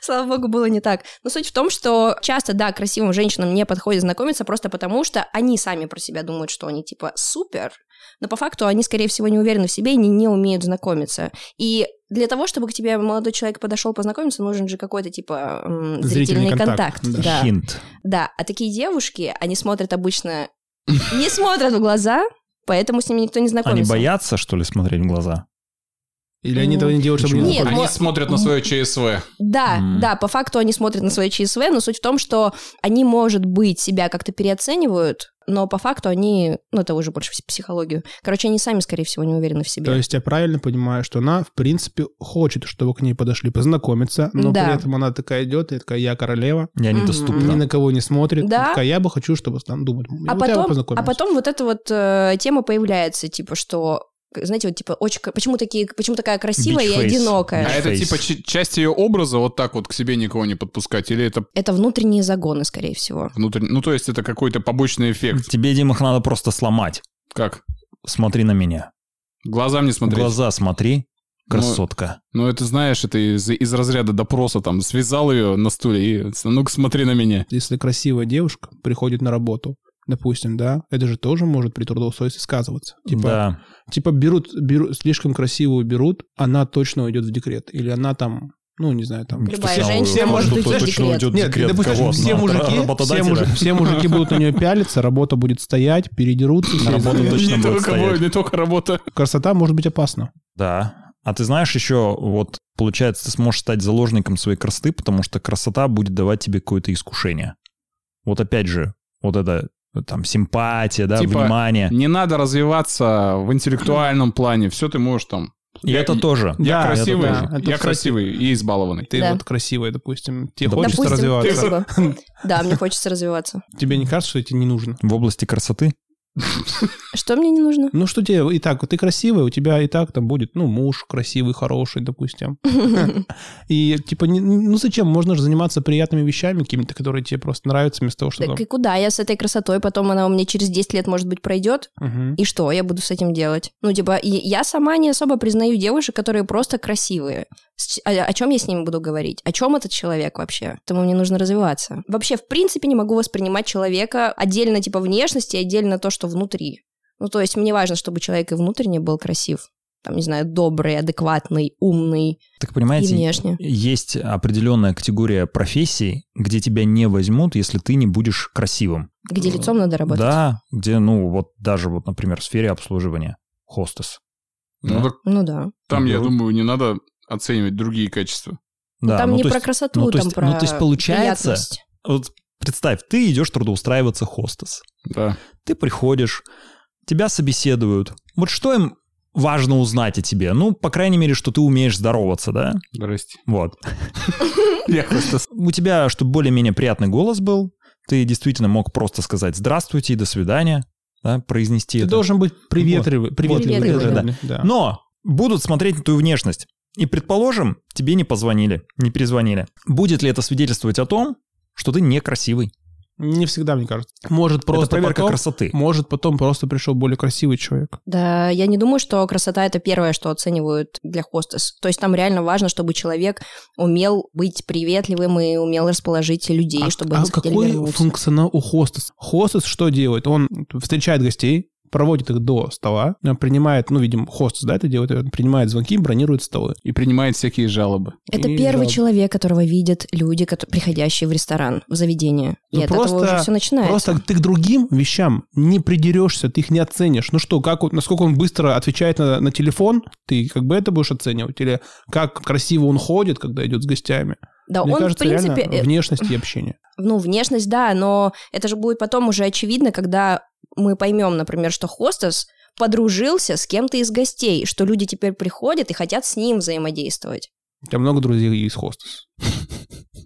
[SPEAKER 4] Слава богу, было не так. Но суть в том, что часто, да, красивым женщинам не подходит знакомиться просто потому, что они сами про себя думают, что они типа супер, но по факту они, скорее всего, не уверены в себе и не, не умеют знакомиться. И для того, чтобы к тебе молодой человек подошел познакомиться, нужен же какой-то типа м,
[SPEAKER 2] Зрительный
[SPEAKER 4] зрительный,
[SPEAKER 2] контакт,
[SPEAKER 4] контакт. да.
[SPEAKER 1] Хинт.
[SPEAKER 4] Да, а такие девушки, они смотрят обычно... Не смотрят в глаза, поэтому с ними никто не
[SPEAKER 1] Они
[SPEAKER 4] знакомится.
[SPEAKER 1] боятся, что ли, смотреть в глаза?
[SPEAKER 2] Или они
[SPEAKER 4] Ну,
[SPEAKER 2] этого не делают, чтобы
[SPEAKER 1] почему?
[SPEAKER 2] не
[SPEAKER 4] Нет,
[SPEAKER 2] знакомиться?
[SPEAKER 3] Они
[SPEAKER 4] вот-
[SPEAKER 3] смотрят на свое ЧСВ.
[SPEAKER 4] Да,
[SPEAKER 1] М.
[SPEAKER 4] да, по факту они смотрят на свои ЧСВ, но суть в том, что они, может быть, себя как-то переоценивают, но по факту они, ну это уже больше психологию. Короче, они сами, скорее всего, не уверены в себе.
[SPEAKER 2] То есть я правильно понимаю, что она, в принципе, хочет, чтобы к ней подошли познакомиться, но
[SPEAKER 4] Да.
[SPEAKER 2] при этом она такая идет, и такая, я королева,
[SPEAKER 1] Я
[SPEAKER 4] Мгм.
[SPEAKER 1] недоступна.
[SPEAKER 2] ни на кого не смотрит,
[SPEAKER 4] Да.
[SPEAKER 2] такая, я бы хочу, чтобы там думать.
[SPEAKER 4] а,
[SPEAKER 2] Вот я бы
[SPEAKER 4] потом,
[SPEAKER 2] познакомилась.
[SPEAKER 4] а потом вот эта вот э, тема появляется, типа, что, знаете, вот типа, очень, к- почему, такие, почему такая красивая и
[SPEAKER 1] Бичфейс.
[SPEAKER 4] одинокая?
[SPEAKER 3] А
[SPEAKER 1] Bitch
[SPEAKER 3] это
[SPEAKER 1] face.
[SPEAKER 3] типа ч- часть ее образа вот так вот к себе никого не подпускать? Или это
[SPEAKER 4] Это внутренние загоны, скорее всего.
[SPEAKER 3] внутренний... Ну, то есть это какой-то побочный эффект.
[SPEAKER 1] Тебе, Дима, их надо просто сломать.
[SPEAKER 3] Как?
[SPEAKER 1] Смотри на меня.
[SPEAKER 3] Глазам не
[SPEAKER 1] В
[SPEAKER 3] смотреть.
[SPEAKER 1] глаза смотри,
[SPEAKER 3] Ну,
[SPEAKER 1] красотка.
[SPEAKER 3] Ну, это знаешь, это из, из разряда допроса там связал ее на стуле и ну-ка смотри на меня.
[SPEAKER 2] Если красивая девушка приходит на работу, допустим, да, это же тоже может при трудоустройстве сказываться. Типа,
[SPEAKER 1] да.
[SPEAKER 2] типа берут, берут, слишком красивую берут, она точно уйдет в декрет. Или она там, ну, не знаю, там...
[SPEAKER 4] Любая А женщина
[SPEAKER 1] все
[SPEAKER 4] может
[SPEAKER 1] может
[SPEAKER 4] уйти в
[SPEAKER 1] точно
[SPEAKER 4] декрет.
[SPEAKER 1] уйдет в
[SPEAKER 2] Нет,
[SPEAKER 1] декрет.
[SPEAKER 2] допустим,
[SPEAKER 1] Кого?
[SPEAKER 2] все,
[SPEAKER 1] На
[SPEAKER 2] мужики, все,
[SPEAKER 1] работодателя?
[SPEAKER 2] мужи- все мужики будут на нее пялиться, работа будет стоять, передерутся.
[SPEAKER 1] На работу
[SPEAKER 2] и-
[SPEAKER 1] Точно
[SPEAKER 3] не,
[SPEAKER 1] будет
[SPEAKER 3] только,
[SPEAKER 1] стоять.
[SPEAKER 3] не только работа.
[SPEAKER 2] Красота может быть опасна.
[SPEAKER 1] Да. А ты знаешь еще, вот, получается, ты сможешь стать заложником своей красоты, потому что красота будет давать тебе какое-то искушение. Вот опять же, вот это там симпатия, да,
[SPEAKER 3] Типа,
[SPEAKER 1] внимание.
[SPEAKER 3] Не надо развиваться в интеллектуальном плане. Все ты можешь там.
[SPEAKER 1] И
[SPEAKER 3] я-
[SPEAKER 1] это тоже.
[SPEAKER 3] Я
[SPEAKER 2] Да,
[SPEAKER 3] красивый,
[SPEAKER 2] это да. Это,
[SPEAKER 3] я
[SPEAKER 2] кстати,
[SPEAKER 3] красивый и избалованный.
[SPEAKER 2] Ты
[SPEAKER 4] Да.
[SPEAKER 2] вот красивая, допустим, тебе
[SPEAKER 1] Допустим.
[SPEAKER 2] хочется
[SPEAKER 4] Допустим,
[SPEAKER 2] развиваться.
[SPEAKER 4] спасибо. Да, мне хочется развиваться.
[SPEAKER 2] Тебе не кажется, что тебе не нужно?
[SPEAKER 1] В области красоты.
[SPEAKER 4] Что мне не нужно?
[SPEAKER 2] Ну что тебе и так, ты красивая, у тебя и так там будет, ну, муж красивый, хороший, допустим. И типа, не- ну зачем? Можно же заниматься приятными вещами какими-то, которые тебе просто нравятся, вместо того, что
[SPEAKER 4] Так
[SPEAKER 2] там...
[SPEAKER 4] и куда я с этой красотой? Потом она у меня через 10 лет, может быть, пройдет.
[SPEAKER 2] Мгм.
[SPEAKER 4] И что я буду с этим делать? Ну, типа, и я сама не особо признаю девушек, которые просто красивые. С- а, О, чем я с ними буду говорить? О чем этот человек вообще? Тому мне нужно развиваться. Вообще, в принципе, не могу воспринимать человека отдельно, типа, внешности, и отдельно то, что внутри. Ну, то есть мне важно, чтобы человек и внутренне был красив. Там, не знаю, добрый, адекватный, умный
[SPEAKER 1] Так
[SPEAKER 4] и
[SPEAKER 1] понимаете,
[SPEAKER 4] внешне.
[SPEAKER 1] есть определенная категория профессий, где тебя не возьмут, если ты не будешь красивым.
[SPEAKER 4] Где лицом надо работать.
[SPEAKER 1] Да, где, ну, вот даже вот, например, в сфере обслуживания. Хостес.
[SPEAKER 3] Ну, так
[SPEAKER 4] Ну да.
[SPEAKER 3] там, я
[SPEAKER 1] Ну,
[SPEAKER 3] думаю, не надо оценивать другие качества.
[SPEAKER 1] Да,
[SPEAKER 4] там
[SPEAKER 1] ну,
[SPEAKER 4] не
[SPEAKER 1] то
[SPEAKER 4] про
[SPEAKER 1] есть-
[SPEAKER 4] красоту,
[SPEAKER 1] ну, то
[SPEAKER 4] там
[SPEAKER 1] есть-
[SPEAKER 4] про
[SPEAKER 1] ну, то есть получается,
[SPEAKER 4] приятность.
[SPEAKER 1] вот Представь, ты идешь трудоустраиваться хостес.
[SPEAKER 3] Да.
[SPEAKER 1] Ты приходишь, тебя собеседуют. Вот что им важно узнать о тебе? Ну, по крайней мере, что ты умеешь здороваться, да?
[SPEAKER 3] Здрасте.
[SPEAKER 1] Вот. У тебя, чтобы более-менее приятный голос был, ты действительно мог просто сказать «здравствуйте» и «до свидания», да, произнести
[SPEAKER 2] Ты
[SPEAKER 1] это.
[SPEAKER 2] должен быть приветливый. Приветливый.
[SPEAKER 4] Приветливый,
[SPEAKER 2] должен, да.
[SPEAKER 1] Но будут смотреть на твою внешность. И, предположим, тебе не позвонили, не перезвонили. Будет ли это свидетельствовать о том, что ты некрасивый?
[SPEAKER 2] Ну, Не всегда, мне кажется. Может,
[SPEAKER 1] Просто
[SPEAKER 2] просто
[SPEAKER 1] проверка
[SPEAKER 2] потом...
[SPEAKER 1] красоты.
[SPEAKER 2] Может, потом просто пришел более красивый человек.
[SPEAKER 4] Да, я не думаю, что красота это первое, что оценивают для хостес. То есть там реально важно, чтобы человек умел быть приветливым и умел расположить людей,
[SPEAKER 2] а
[SPEAKER 4] чтобы
[SPEAKER 2] а
[SPEAKER 4] они хотели
[SPEAKER 2] какой
[SPEAKER 4] вернуться.
[SPEAKER 2] функционал у хостес? Хостес что делает? Он встречает гостей, проводит их до стола, принимает, ну, видимо, хостес, да, это делает, он принимает звонки, бронирует столы.
[SPEAKER 3] И принимает всякие жалобы.
[SPEAKER 4] Это
[SPEAKER 2] И
[SPEAKER 4] первый
[SPEAKER 2] да.
[SPEAKER 4] человек, которого видят люди, кото- приходящие в ресторан, в заведение.
[SPEAKER 2] Ну,
[SPEAKER 4] и от этого
[SPEAKER 2] просто-
[SPEAKER 4] уже все начинается.
[SPEAKER 2] Просто ты к другим вещам не придерешься, ты их не оценишь. Ну что, как, вот- насколько он быстро отвечает на, на телефон, ты как бы это будешь оценивать? Или как красиво он ходит, когда идет с гостями?
[SPEAKER 4] да,
[SPEAKER 2] Мне
[SPEAKER 4] А он,
[SPEAKER 2] кажется,
[SPEAKER 4] в принципе,
[SPEAKER 2] реально
[SPEAKER 4] э,
[SPEAKER 2] внешность и общение.
[SPEAKER 4] ну, внешность, да, но это же будет потом уже очевидно, когда мы поймем, например, что хостес подружился с кем-то из гостей, что люди теперь приходят и хотят с ним взаимодействовать.
[SPEAKER 2] У тебя много друзей из хостес.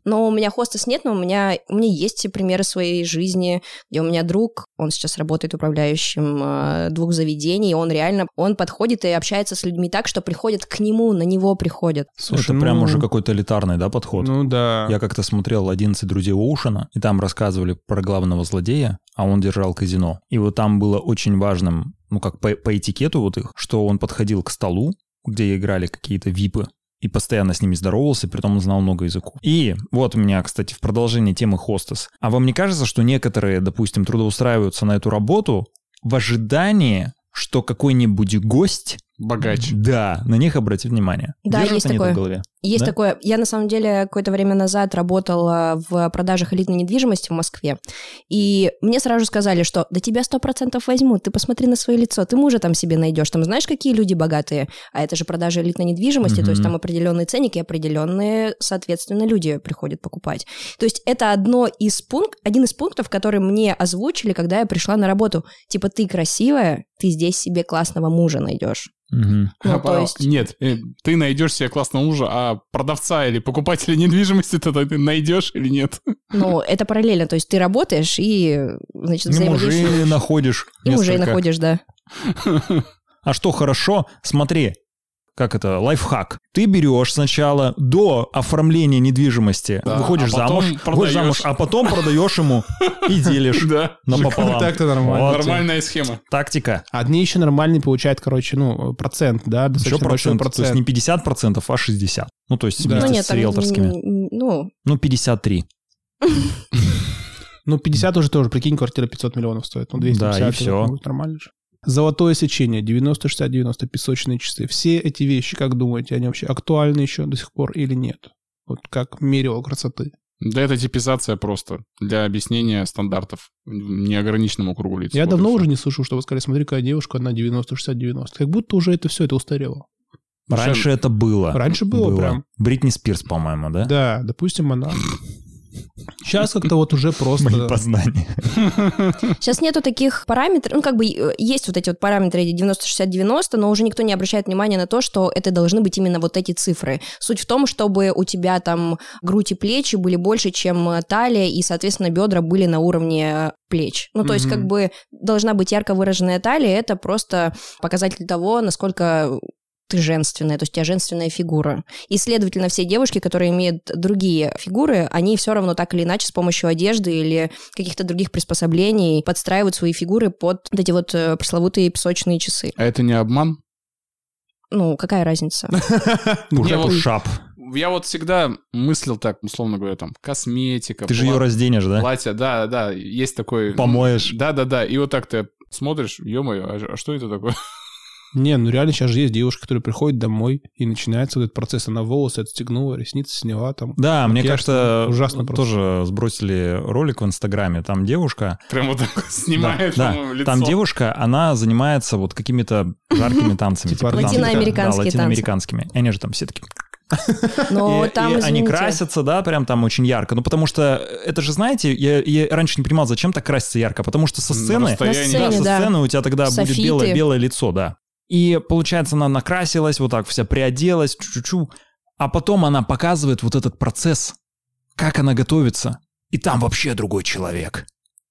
[SPEAKER 4] Но у меня хостес нет, но у меня, у меня есть примеры своей жизни, где у меня друг, он сейчас работает управляющим э, двух заведений, и он реально, он подходит и общается с людьми так, что приходят к нему, на него приходят.
[SPEAKER 1] это прям уже какой-то элитарный, да, подход?
[SPEAKER 2] Ну да.
[SPEAKER 1] Я как-то смотрел «11 друзей Оушена», и там рассказывали про главного злодея, а он держал казино. И вот там было очень важным, ну как по, по этикету вот их, что он подходил к столу, где играли какие-то випы, и постоянно с ними здоровался, при том он знал много языков. И вот у меня, кстати, в продолжении темы хостес. А вам не кажется, что некоторые, допустим, трудоустраиваются на эту работу в ожидании, что какой-нибудь гость,
[SPEAKER 3] Богач.
[SPEAKER 1] да, на них обратит внимание?
[SPEAKER 4] Да,
[SPEAKER 1] Держат
[SPEAKER 4] есть
[SPEAKER 1] они это
[SPEAKER 4] такое.
[SPEAKER 1] в голове?
[SPEAKER 4] Есть
[SPEAKER 1] Да?
[SPEAKER 4] такое. Я на самом деле какое-то время назад работала в продажах элитной недвижимости в Москве, и мне сразу сказали, что да тебя сто процентов возьмут, ты посмотри на свое лицо, ты мужа там себе найдешь, там знаешь какие люди богатые, а это же продажи элитной недвижимости,
[SPEAKER 1] Мгм.
[SPEAKER 4] то есть там определенные ценники, и определенные, соответственно, люди приходят покупать. То есть это одно из пункт, один из пунктов, который мне озвучили, когда я пришла на работу, типа ты красивая, ты здесь себе классного мужа найдешь.
[SPEAKER 1] Мгм.
[SPEAKER 4] Ну,
[SPEAKER 3] А,
[SPEAKER 4] то
[SPEAKER 3] а,
[SPEAKER 4] есть-
[SPEAKER 3] Нет, э, ты найдешь себе классного мужа, а продавца или покупателя недвижимости ты ты найдешь или нет?
[SPEAKER 4] Ну, это параллельно, то есть ты работаешь и, значит,
[SPEAKER 1] И мужей
[SPEAKER 4] взаимодействуешь. Ну,
[SPEAKER 1] находишь.
[SPEAKER 4] И мужей
[SPEAKER 1] Ну, несколько.
[SPEAKER 4] находишь, да.
[SPEAKER 1] А что хорошо? Смотри, как это, лайфхак. Ты берешь сначала до оформления недвижимости,
[SPEAKER 3] Да,
[SPEAKER 1] выходишь
[SPEAKER 3] а потом
[SPEAKER 1] замуж, выходишь
[SPEAKER 3] продаешь.
[SPEAKER 1] замуж, а потом продаешь ему и делишь
[SPEAKER 3] Да.
[SPEAKER 1] напополам.
[SPEAKER 2] Так-то нормально.
[SPEAKER 1] Вот тебе
[SPEAKER 3] Нормальная схема.
[SPEAKER 1] Тактика.
[SPEAKER 2] Одни еще нормальные получают, короче, ну, процент, да,
[SPEAKER 1] Еще
[SPEAKER 2] достаточно большой
[SPEAKER 1] процент. То есть
[SPEAKER 2] процент.
[SPEAKER 1] не 50%, а 60%. Ну, то есть
[SPEAKER 2] Да.
[SPEAKER 1] вместе
[SPEAKER 4] ну, нет,
[SPEAKER 1] с
[SPEAKER 4] там,
[SPEAKER 1] риэлторскими.
[SPEAKER 4] м, м, Ну,
[SPEAKER 1] Ну, 53.
[SPEAKER 2] Ну, 50 уже тоже, прикинь, квартира 500 миллионов стоит. Ну, 250.
[SPEAKER 1] Да, и
[SPEAKER 2] это
[SPEAKER 1] всё.
[SPEAKER 2] будет Нормально же. Золотое сечение, 90-60-90, песочные часы. Все эти вещи, как думаете, они вообще актуальны еще до сих пор или нет? Вот как мерило красоты.
[SPEAKER 3] Да, это типизация просто для объяснения стандартов в неограниченному кругу лиц.
[SPEAKER 2] Я
[SPEAKER 3] Вот
[SPEAKER 2] давно
[SPEAKER 3] и всё.
[SPEAKER 2] уже не слышу, что вы сказали, смотри, какая девушка, она 90-60-90. Как будто уже это все, это устарело.
[SPEAKER 3] Слушай,
[SPEAKER 1] Раньше это было.
[SPEAKER 2] Раньше было прям.
[SPEAKER 1] Бритни Спирс, по-моему, да?
[SPEAKER 2] Да, допустим, она. Сейчас как-то вот уже
[SPEAKER 1] Мои
[SPEAKER 2] просто...
[SPEAKER 1] познания.
[SPEAKER 4] сейчас нету таких параметров, ну, как бы э, есть вот эти вот параметры эти 90-60-90, но уже никто не обращает внимания на то, что это должны быть именно вот эти цифры. Суть в том, чтобы у тебя там грудь и плечи были больше, чем э, талия, и, соответственно, бедра были на уровне э, плеч. Ну, то есть,
[SPEAKER 2] Мгм.
[SPEAKER 4] как бы должна быть ярко выраженная талия, это просто показатель того, насколько ты женственная, то есть у тебя женственная фигура. И, следовательно, все девушки, которые имеют другие фигуры, они все равно так или иначе с помощью одежды или каких-то других приспособлений подстраивают свои фигуры под вот эти вот э, пресловутые песочные часы.
[SPEAKER 3] А это не обман?
[SPEAKER 4] Ну, какая разница?
[SPEAKER 3] Не, вот
[SPEAKER 1] Пушап.
[SPEAKER 3] Я вот всегда мыслил так, условно говоря, там, косметика.
[SPEAKER 1] Ты же ее
[SPEAKER 3] пла-
[SPEAKER 1] разденешь, да?
[SPEAKER 3] Платье, да, да, есть такой...
[SPEAKER 1] Помоешь.
[SPEAKER 3] Да-да-да, и вот так ты смотришь, ё-моё, а ж- а что это такое?
[SPEAKER 2] Не, ну реально сейчас же есть девушка, которая приходит домой и начинается вот этот процесс. Она волосы отстегнула, ресницы сняла там.
[SPEAKER 1] Да, мне
[SPEAKER 2] Макияж
[SPEAKER 1] кажется,
[SPEAKER 2] там ужасно просто.
[SPEAKER 1] тоже сбросили ролик в Инстаграме. Там девушка,
[SPEAKER 3] Прям вот так снимает,
[SPEAKER 1] да,
[SPEAKER 3] по-моему, лицо.
[SPEAKER 1] там девушка, она занимается вот какими-то жаркими танцами.
[SPEAKER 2] Типа
[SPEAKER 1] танцев.
[SPEAKER 4] Латиноамериканские
[SPEAKER 1] Да,
[SPEAKER 4] танцы.
[SPEAKER 1] латиноамериканскими. И Они же там все такие
[SPEAKER 4] Но
[SPEAKER 1] И-
[SPEAKER 4] там,
[SPEAKER 1] и они
[SPEAKER 4] извините,
[SPEAKER 1] красятся, да, прям там очень ярко. Ну, потому что это же, знаете, я, я раньше не понимал, зачем так краситься ярко, потому что со
[SPEAKER 3] На
[SPEAKER 1] сцены...
[SPEAKER 3] расстоянии.
[SPEAKER 4] На
[SPEAKER 1] Да,
[SPEAKER 4] сцене,
[SPEAKER 1] со
[SPEAKER 4] да.
[SPEAKER 1] сцены у тебя тогда будет
[SPEAKER 4] Софиты.
[SPEAKER 1] белое, белое лицо, да. И получается, она накрасилась, вот так вся приоделась, чу-чу-чу. А потом она показывает вот этот процесс, как она готовится. И там вообще другой человек,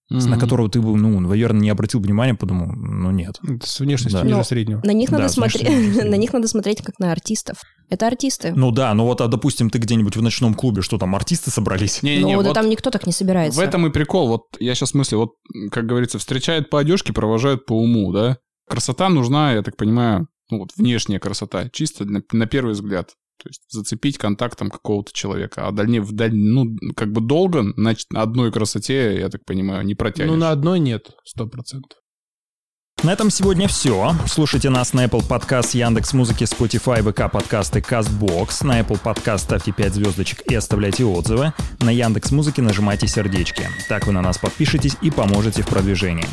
[SPEAKER 1] с- на
[SPEAKER 3] Мгм.
[SPEAKER 1] которого ты бы, ну, наверное, не обратил внимания, подумал, ну нет.
[SPEAKER 2] Это С внешностью
[SPEAKER 1] Да.
[SPEAKER 2] ниже
[SPEAKER 4] Ну,
[SPEAKER 2] среднего.
[SPEAKER 4] на них
[SPEAKER 1] Да,
[SPEAKER 4] надо
[SPEAKER 1] знаешь,
[SPEAKER 4] смотреть,
[SPEAKER 1] что интересно.
[SPEAKER 4] на них надо смотреть как на артистов. Это артисты.
[SPEAKER 1] Ну да, ну вот, а допустим, ты где-нибудь в ночном клубе, что там, артисты собрались?
[SPEAKER 3] Не-не-не,
[SPEAKER 4] ну, да
[SPEAKER 3] вот
[SPEAKER 4] там никто так не собирается.
[SPEAKER 3] В этом и прикол. Вот я сейчас в смысле, вот, как говорится, встречают по одежке, провожают по уму, да? Красота нужна, я так понимаю, ну вот внешняя красота, чисто на, на первый взгляд. То есть зацепить контактом какого-то человека. А дальне, в даль- ну, как бы долго на ч- на одной красоте, я так понимаю, не протянешь.
[SPEAKER 2] Ну, на одной нет, сто процентов.
[SPEAKER 1] На этом сегодня все. Слушайте нас на Apple Podcast, Яндекс Музыки, Spotify, ВК подкасты, Castbox. На Apple Podcast ставьте 5 звездочек и оставляйте отзывы. На Яндекс Музыке нажимайте сердечки. Так вы на нас подпишетесь и поможете в продвижении.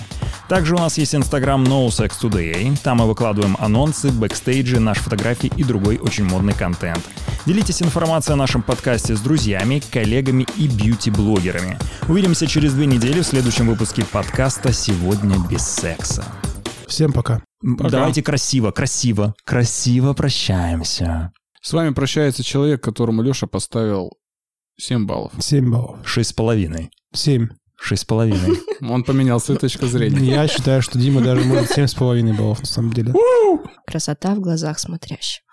[SPEAKER 1] Также у нас есть Instagram NoSexToday. Там мы выкладываем анонсы, бэкстейджи, наши фотографии и другой очень модный контент. Делитесь информацией о нашем подкасте с друзьями, коллегами и бьюти-блогерами. Увидимся через две недели в следующем выпуске подкаста «Сегодня без секса».
[SPEAKER 2] Всем пока.
[SPEAKER 1] М,
[SPEAKER 3] Пока.
[SPEAKER 1] Давайте красиво, красиво, красиво прощаемся.
[SPEAKER 3] С вами прощается человек, которому Леша поставил 7 баллов.
[SPEAKER 2] Семь баллов.
[SPEAKER 1] Шесть с половиной.
[SPEAKER 2] Семь.
[SPEAKER 1] Шесть с половиной.
[SPEAKER 3] Он поменял свою точку зрения.
[SPEAKER 2] Я считаю, что Дима даже может семь с половиной баллов на самом деле.
[SPEAKER 4] Красота в глазах смотрящих.